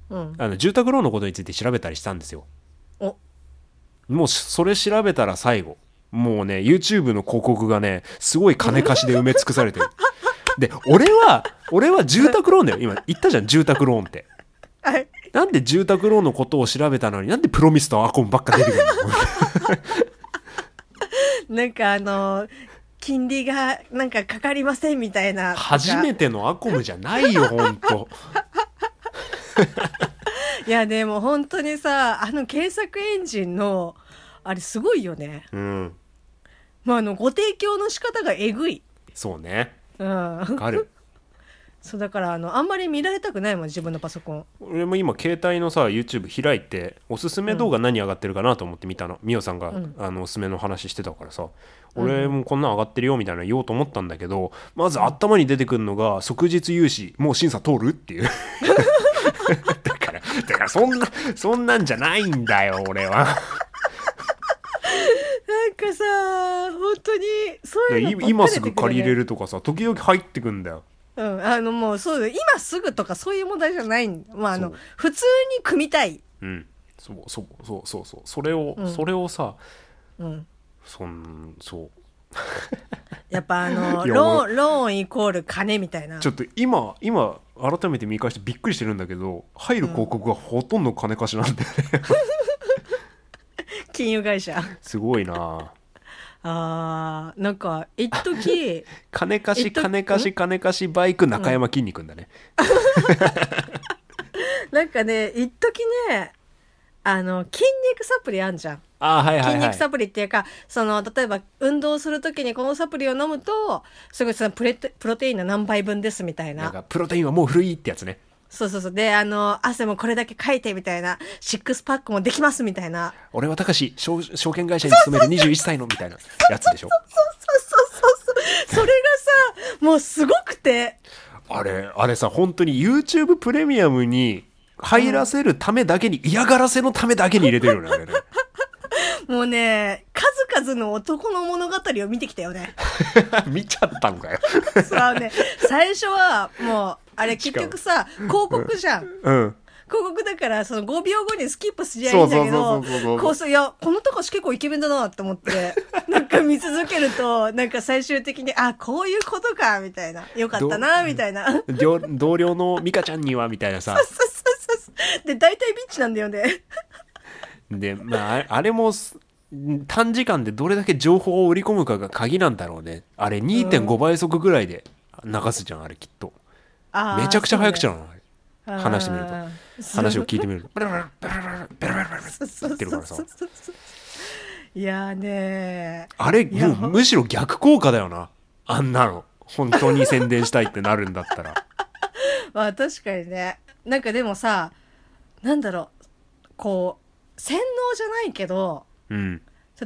Speaker 2: うん。
Speaker 1: あの住宅ローンのことについて調べたりしたんですよ
Speaker 2: お、
Speaker 1: もうそれ調べたら最後もうね YouTube の広告がねすごい金貸しで埋め尽くされてるで俺は俺は住宅ローンだよ今言ったじゃん住宅ローンって
Speaker 2: はい。
Speaker 1: なんで住宅ローンのことを調べたのになんでプロミスとアコンばっか出てくる <laughs> の
Speaker 2: なんかあのー金利がなんかかかりませんみたいな。
Speaker 1: 初め
Speaker 2: て。
Speaker 1: てのアコムじゃないよほん <laughs> と
Speaker 2: いや、でも本当にさ、あの検索エンジンの、あれすごいよね。
Speaker 1: うん
Speaker 2: まあ、あの、ご提供の仕方がえぐい。
Speaker 1: そうね
Speaker 2: うん。 <laughs>
Speaker 1: わか <laughs> る
Speaker 2: そうだからあのあんまり見られたくないもん自分のパソコン
Speaker 1: 俺も今携帯のさ YouTube 開いておすすめ動画何上がってるかなと思って見たの、ミオさんが、
Speaker 2: ん
Speaker 1: あのおすすめの話してたからさ俺もこんなん上がってるよみたいなの言おうと思ったんだけどまず頭に出てくるのが即日融資もう審査通るって <laughs> いうだからだからそんなそんなんじゃないんだよ俺は
Speaker 2: なんかさ本当にそう
Speaker 1: で
Speaker 2: いうの
Speaker 1: い
Speaker 2: ばっ
Speaker 1: 今
Speaker 2: かり
Speaker 1: すぐ借りれ
Speaker 2: 出て
Speaker 1: るとかさ時々入ってくんだよ
Speaker 2: くるよねうんあのもうそうだよ今すぐとかそういう問題じゃないまああの
Speaker 1: そう
Speaker 2: 普通に組みたい
Speaker 1: うんそうそうそうそうそうそれを、
Speaker 2: ん
Speaker 1: それをさ
Speaker 2: うん
Speaker 1: そんそう
Speaker 2: やっぱあの
Speaker 1: <laughs> いや
Speaker 2: ロー
Speaker 1: 俺
Speaker 2: ンローンイコール金みたいな
Speaker 1: ちょっと今今改めて見返してびっくりしてるんだけど入る広告がほとんど金貸しなんで、
Speaker 2: 金融会社
Speaker 1: すごいな
Speaker 2: あーなんか一
Speaker 1: <laughs>
Speaker 2: 時
Speaker 1: 金貸
Speaker 2: え
Speaker 1: し
Speaker 2: っと
Speaker 1: 金貸し金貸しバイク中山きんに君だね、
Speaker 2: なんかね一時ねあの筋肉サプリあんじゃん
Speaker 1: ああはいはい
Speaker 2: 筋
Speaker 1: は
Speaker 2: 肉
Speaker 1: い
Speaker 2: サプリっていうか、その例えば運動するときにこのサプリを飲むとすごいそのプレテプロテインの何倍分ですみたいな
Speaker 1: なんかプロテインはもう古いってやつね
Speaker 2: そうそうそうであの汗もこれだけかいてみたいなシックスパックもできますみたいな
Speaker 1: 俺はたかし証証券会社に勤める21歳のみたいなやつでしょ
Speaker 2: そうそうそうそうそうそれがさもうすごくて
Speaker 1: あれあれさ本当に YouTube プレミアムに入らせるためだけに、嫌がらせのためだけに入れてるよねあれね
Speaker 2: もうね数々の男の物語を見てきたよね
Speaker 1: 見ちゃったのかよ
Speaker 2: そうね最初はもうあれ結局さ広告じゃん
Speaker 1: うん
Speaker 2: 広告だからその5秒後にスキップしちゃいいんだけど
Speaker 1: そうそうそうそうそうそう
Speaker 2: こうそういやこの高橋結構イケメンだなって思って
Speaker 1: <laughs>
Speaker 2: なんか見続けるとなんか最終的にあこういうことかみたいなよかったなみたいなそう
Speaker 1: 同同僚の美香ちゃんにはみたいなさ
Speaker 2: そうそうそう <laughs> で大体ビッチなんだよね
Speaker 1: で、まあ、あれあれもす短時間でどれだけ情報を売り込むかが鍵なんだろうねあれ2.5倍速ぐらいで流すじゃんあれきっと
Speaker 2: あー
Speaker 1: めちゃくちゃ早口なのあれ
Speaker 2: そうね
Speaker 1: 話してみると
Speaker 2: あー
Speaker 1: 話を聞いてみるとベラベラベラベラベラベラベラベラ
Speaker 2: そうそ
Speaker 1: 言
Speaker 2: う
Speaker 1: ってるか
Speaker 2: そう
Speaker 1: ら
Speaker 2: そ
Speaker 1: さ
Speaker 2: うそうそういやーねー
Speaker 1: あれ
Speaker 2: いや
Speaker 1: もうむしろ逆効果だよなあんなの本当に宣伝したいってなるんだったら
Speaker 2: まあ確かにねなんかでもさなんだろうこう洗脳じゃないけど
Speaker 1: うん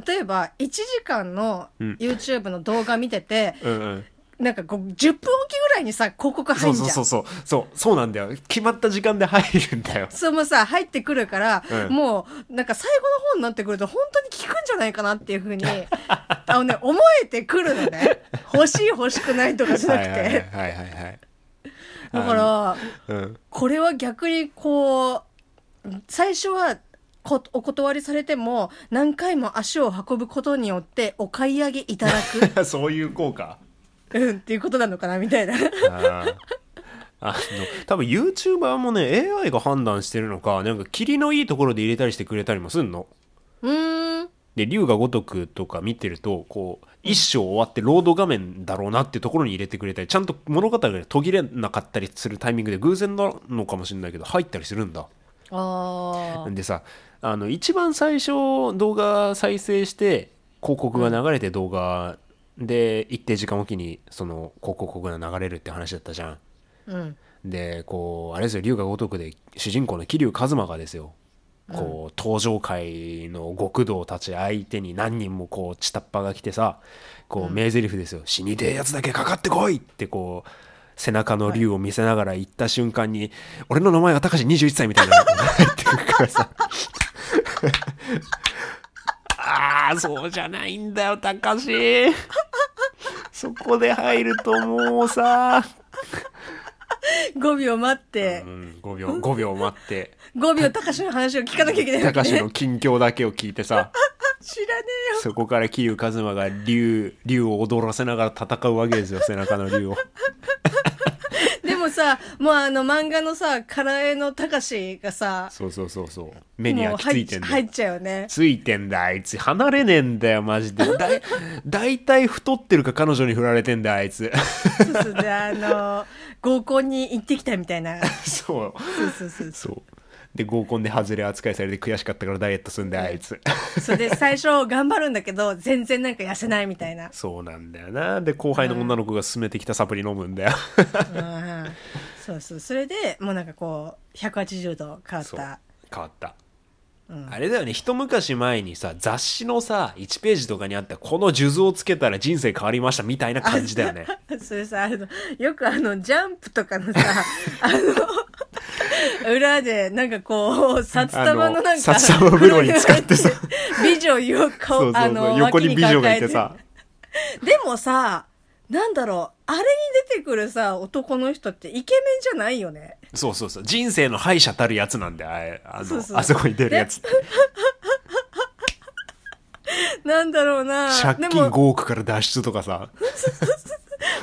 Speaker 2: 例えば1時間の
Speaker 1: うん
Speaker 2: YouTube の動画見てて、
Speaker 1: うんうん
Speaker 2: なんかこう10分おきぐらいにさ広告
Speaker 1: そ
Speaker 2: 入
Speaker 1: うん
Speaker 2: じゃ
Speaker 1: そ
Speaker 2: ん
Speaker 1: うそうそうそうそうなんだよ決まった時間で入るんだよ
Speaker 2: それもさ入ってくるから、
Speaker 1: うん
Speaker 2: もうなんか最後の方になってくると本当に効くんじゃないかなっていう
Speaker 1: <laughs>
Speaker 2: ふうにあのね思えてくるのね欲しい欲しくないとかじゃなくて、
Speaker 1: はいはいはいはいはい
Speaker 2: だから
Speaker 1: うん <laughs>
Speaker 2: これは逆にこう最初はこお断りされても何回も足を運ぶことによってお買い上げいただ
Speaker 1: そういう効果
Speaker 2: く、 <laughs> うん、っていうことなのかなみたいな。
Speaker 1: あーあの多分 YouTuber もね AI が判断してるのかなんか霧のいいところで入れたりしてくれたりもすんの
Speaker 2: うーん
Speaker 1: で龍が如くとか見てるとこう一章終わってロード画面だろうなってところに入れてくれたりちゃんと物語が途切れなかったりするタイミングで偶然なのかもしれないけど入ったりするんだ
Speaker 2: あ
Speaker 1: でさあの一番最初動画再生して広告が流れて動画で一定時間おきにその広告が流れるって話だったじゃん
Speaker 2: ーうん
Speaker 1: でこうあれですよ龍が如くで主人公の桐生一馬がですよこう登場界の極道たち相手に何人もこう下っ端が来てさこう名台詞ですよ「死にてえやつだけかかってこい!」ってこう背中の竜を見せながら言った瞬間に「俺の名前は高橋21歳」みたいなのが入ってくるからさああそうじゃないんだよ高橋そこで入るともうさ
Speaker 2: 5秒待って
Speaker 1: う、ん、5秒5秒待って
Speaker 2: 5秒高橋の話を聞かなきゃいけないわ
Speaker 1: 高
Speaker 2: けね
Speaker 1: 橋の近況だけを聞いて <laughs> さ
Speaker 2: 知らね
Speaker 1: そこから桐生一馬が竜竜を踊らせながら戦うわけです <laughs> よ背中の竜を
Speaker 2: えよでもさもうあの漫画のさ唐江の高橋がさ
Speaker 1: そうそうそうそう目に
Speaker 2: も
Speaker 1: 焼
Speaker 2: う
Speaker 1: きつ
Speaker 2: 入
Speaker 1: い
Speaker 2: って
Speaker 1: んだ
Speaker 2: 入っ
Speaker 1: よ
Speaker 2: ちゃうよね
Speaker 1: ついてんだあいつ離れねえんだよマジでだい大体太ってるか彼女に振られてんだよあいつ <laughs>
Speaker 2: そうそうであの合コンに行ってきたみたいな
Speaker 1: そう
Speaker 2: そうそうそうそ
Speaker 1: そうで合コンで外れ扱いされて悔しかったからダイエットすんだよあいつ
Speaker 2: うそれで最初頑張るんだけど全然なんか痩せないみたいな
Speaker 1: そうなんだよなで後輩の女の子が勧めてきたサプリ飲むんだよ
Speaker 2: うんそうそうそれでもうなんかこう180度変わっ
Speaker 1: そう
Speaker 2: た
Speaker 1: 変わった、あれだよね一昔前にさ雑誌のさ1ページとかにあったこの数珠をつけたら人生変わりましたみたいな感じだよね
Speaker 2: それ <laughs> さあのよくあのジャンプと
Speaker 1: <laughs>
Speaker 2: かのさあの裏でなんかこう札束のなんか
Speaker 1: あの札束風呂に使ってさ
Speaker 2: 美女をよ顔
Speaker 1: そうそう
Speaker 2: あ
Speaker 1: そう
Speaker 2: の
Speaker 1: 横に美女がいて
Speaker 2: 脇
Speaker 1: さ
Speaker 2: に抱えてでもさなんだろうあれに出てくるさ男の人ってイケメンじゃないよね
Speaker 1: そうそうそう人生の敗者たるやつなんだよあれあの
Speaker 2: そうそう
Speaker 1: あそこに出るやつ
Speaker 2: なんだろうな
Speaker 1: 借
Speaker 2: で
Speaker 1: 金5
Speaker 2: も
Speaker 1: 億から脱出とかさ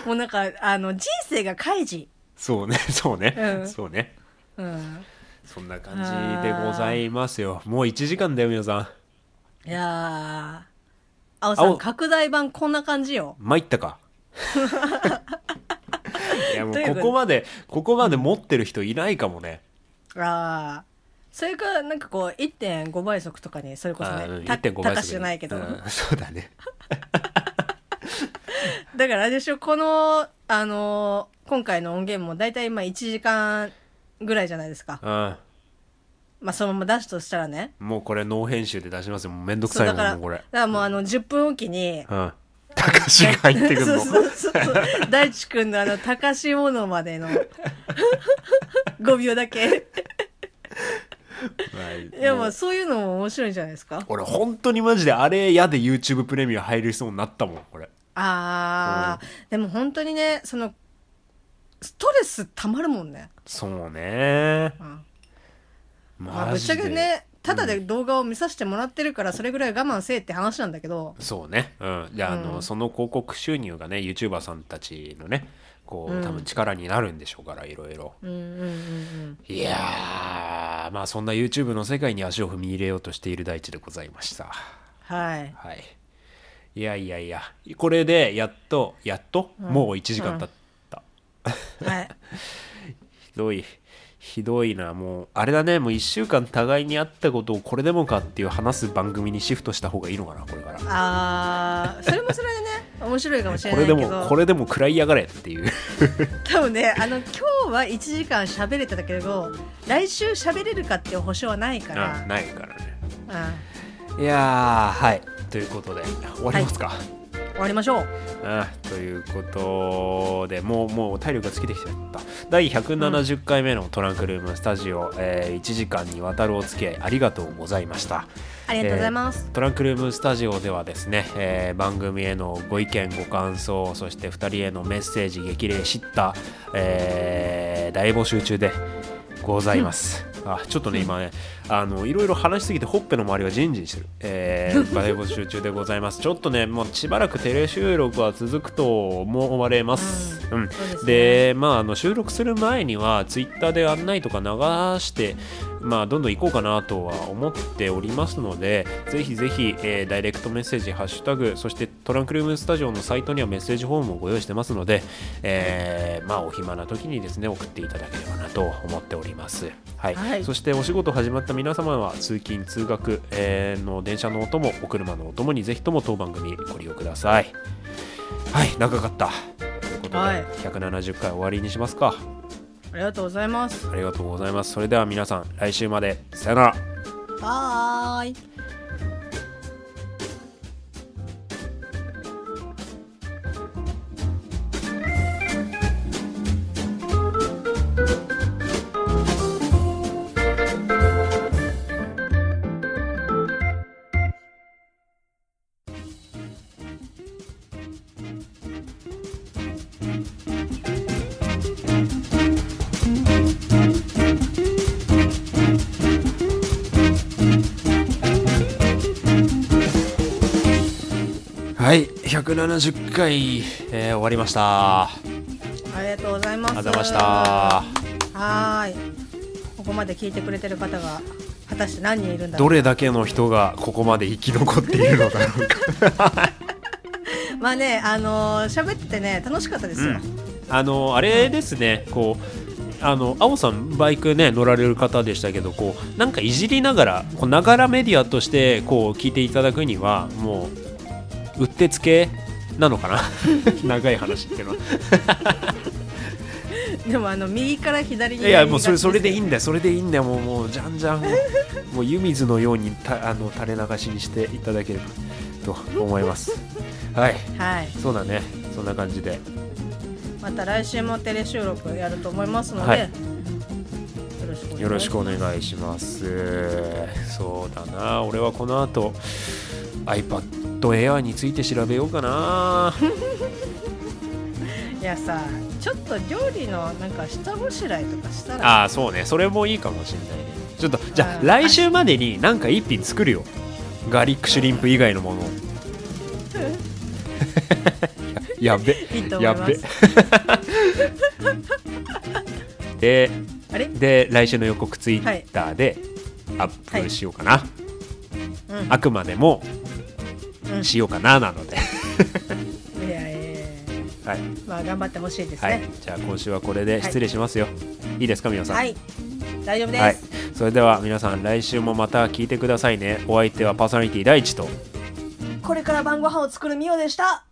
Speaker 2: もうなんかあの人生が開示
Speaker 1: そうね <laughs> そうね、
Speaker 2: うん
Speaker 1: そうね
Speaker 2: うん
Speaker 1: そんな感じでございますよもう1時間だよ皆さん
Speaker 2: いやー青さん
Speaker 1: 青
Speaker 2: 拡大版こんな感じよ
Speaker 1: 参った
Speaker 2: <laughs>
Speaker 1: かいやもう
Speaker 2: という
Speaker 1: こと
Speaker 2: こで
Speaker 1: こまでここまで持ってる人いないかもね、
Speaker 2: ああそれかなんかこう1.5倍速とかにそれこそ
Speaker 1: あーう
Speaker 2: ね
Speaker 1: ん
Speaker 2: た
Speaker 1: 1.5倍
Speaker 2: 高
Speaker 1: 速
Speaker 2: しじゃないけど、
Speaker 1: うん <laughs> そうだね
Speaker 2: だからあれでしょこのあのー今回の音源も大体今1時間ぐらいじゃないですか
Speaker 1: うん
Speaker 2: まあそのまま出すとしたらね
Speaker 1: もうこれノー編集で出しますよもうめんどく
Speaker 2: そ
Speaker 1: さい
Speaker 2: うだ
Speaker 1: もん
Speaker 2: から
Speaker 1: もうこ
Speaker 2: だ
Speaker 1: れ
Speaker 2: か、らもうあの10分おきに
Speaker 1: うん、高橋が入ってくる
Speaker 2: そう
Speaker 1: の
Speaker 2: そうそうそう大地君のあの高しものまでの5秒だけ
Speaker 1: はい
Speaker 2: いや
Speaker 1: も
Speaker 2: ま
Speaker 1: う
Speaker 2: あそういうのも面白いんじゃないですか
Speaker 1: 俺本当にマジであれ嫌で YouTube プレミア入る人になったもんこれ
Speaker 2: あー、でも本当にねそのストレスたまるもんね、
Speaker 1: そうね
Speaker 2: うんまあ、ぶ
Speaker 1: マ
Speaker 2: っ
Speaker 1: ジ
Speaker 2: ち
Speaker 1: で、
Speaker 2: ゃけねただで動画を見させてもらってるからそれぐらい我慢せえって話なんだけど
Speaker 1: そうねうんじゃあ,、あ
Speaker 2: う
Speaker 1: の
Speaker 2: ん
Speaker 1: その広告収入がね YouTuber さんたちのねこ
Speaker 2: う
Speaker 1: うん多分力になるんでしょうからいろいろ
Speaker 2: うんうんうんうん
Speaker 1: いやーまあそんな YouTube の世界に足を踏み入れようとしている大地でございました
Speaker 2: はい
Speaker 1: はい。いやいやいや、これでやっと、やっと、もう1時間経った。
Speaker 2: はい
Speaker 1: ひどい、ひどいな、もう、あれだね、もう1週間互いに会ったことをこれでもかっていう話す番組にシフトした方がいいのかな、これから。
Speaker 2: あーそれもそれでね面白いかもしれ
Speaker 1: こ
Speaker 2: ない
Speaker 1: れ
Speaker 2: け
Speaker 1: で
Speaker 2: ど
Speaker 1: もこれでも食らいやがれっていう
Speaker 2: 多分ねあの今日は1時間喋れてたけど来週喋れるかっていう保証はないから、
Speaker 1: あないからね
Speaker 2: うん
Speaker 1: いやーはいということで終わりますか、
Speaker 2: 終わりましょう
Speaker 1: あということでもうもう体力が尽きてきちゃった第170回目のトランクルームスタジオ、えー1時間にわたるお付き合いありがとうございました
Speaker 2: ありがとうございます、
Speaker 1: トランクルームスタジオではですね、えー番組へのご意見ご感想そして2人へのメッセージ激励知った、えー大募集中でございます、あちょっとね今ねあのいろいろ話しすぎてほっぺの周りがジンジンしてる、えー大募集中でございますちょっとねもうしばらくテレ収録は続くと思われます、うん
Speaker 2: そうですね
Speaker 1: でまあ、あの収録する前にはツイッターで案内とか流して、まあ、どんどん行こうかなとは思っておりますのでぜひぜひ、えーダイレクトメッセージハッシュタグそしてトランクルームスタジオのサイトにはメッセージフォームをご用意してますので、えーまあ、お暇な時にですね送っていただければなと思っております、はい
Speaker 2: はい
Speaker 1: そしてお仕事始まった皆様は通勤通学、えーの電車のお供お車のお供にぜひとも当番組ご利用くださいはい長かったということで、
Speaker 2: はい
Speaker 1: 170回終わりにしますか
Speaker 2: ありがとうございます
Speaker 1: ありがとうございますそれでは皆さん来週までさよなら
Speaker 2: バーイ
Speaker 1: はい170回、えー終わりましたあり
Speaker 2: ありがとうございます
Speaker 1: がとうございました
Speaker 2: はーいここまで聞いてくれてる方が果たして何人いるんだろ
Speaker 1: ど
Speaker 2: う
Speaker 1: れだけの人がここまで生き残っているのだろうか
Speaker 2: まあねあのー喋っててね楽しかったですよ、
Speaker 1: あのあれですねこうあの青さんバイクね乗られる方でしたけどこうなんかいじりながらこうながらメディアとしてこう聞いていただくにはもううってつけなのかな <laughs> 長い話っていうのは
Speaker 2: でもあの右から左に
Speaker 1: いやもうそれそれでいいん
Speaker 2: だ
Speaker 1: だよそれでいいんだよもうもうじゃんじゃんもう湯水のようにたあの垂れ流しにしていただければと思いますはい
Speaker 2: はい
Speaker 1: そうだねそんな感じで
Speaker 2: また来週もテレ収録やると思いますので、
Speaker 1: はい
Speaker 2: よろしくお願いします
Speaker 1: よろしくお願いしますそうだな俺はこの後 iPad Air について調べようかない <laughs>
Speaker 2: やさちょっと料理のなんか下ごしらえとかしたら
Speaker 1: ああそうねそれもいいかもしれないねちょっとじゃ
Speaker 2: あ
Speaker 1: あ
Speaker 2: ー
Speaker 1: 来週までになんか一品作るよガーリックシュリンプ以外のものをややべ
Speaker 2: いいと思い
Speaker 1: や
Speaker 2: ま
Speaker 1: べ
Speaker 2: す
Speaker 1: <laughs> で
Speaker 2: <laughs> あれ
Speaker 1: で来週の予告ツイッターでアップしようかな、
Speaker 2: うん
Speaker 1: あくまでも
Speaker 2: うん
Speaker 1: しようかななので、
Speaker 2: いやいやいやいや
Speaker 1: はい、
Speaker 2: まあ頑張ってほしいです
Speaker 1: はい
Speaker 2: ね、
Speaker 1: じゃあ今週はこれで失礼しますよ、い、いですか皆さん
Speaker 2: はい、大丈夫です、
Speaker 1: はいそれでは皆さん来週もまた聞いてくださいねお相手はパーソナリティ第一と
Speaker 2: これから晩ご飯を作るミオでした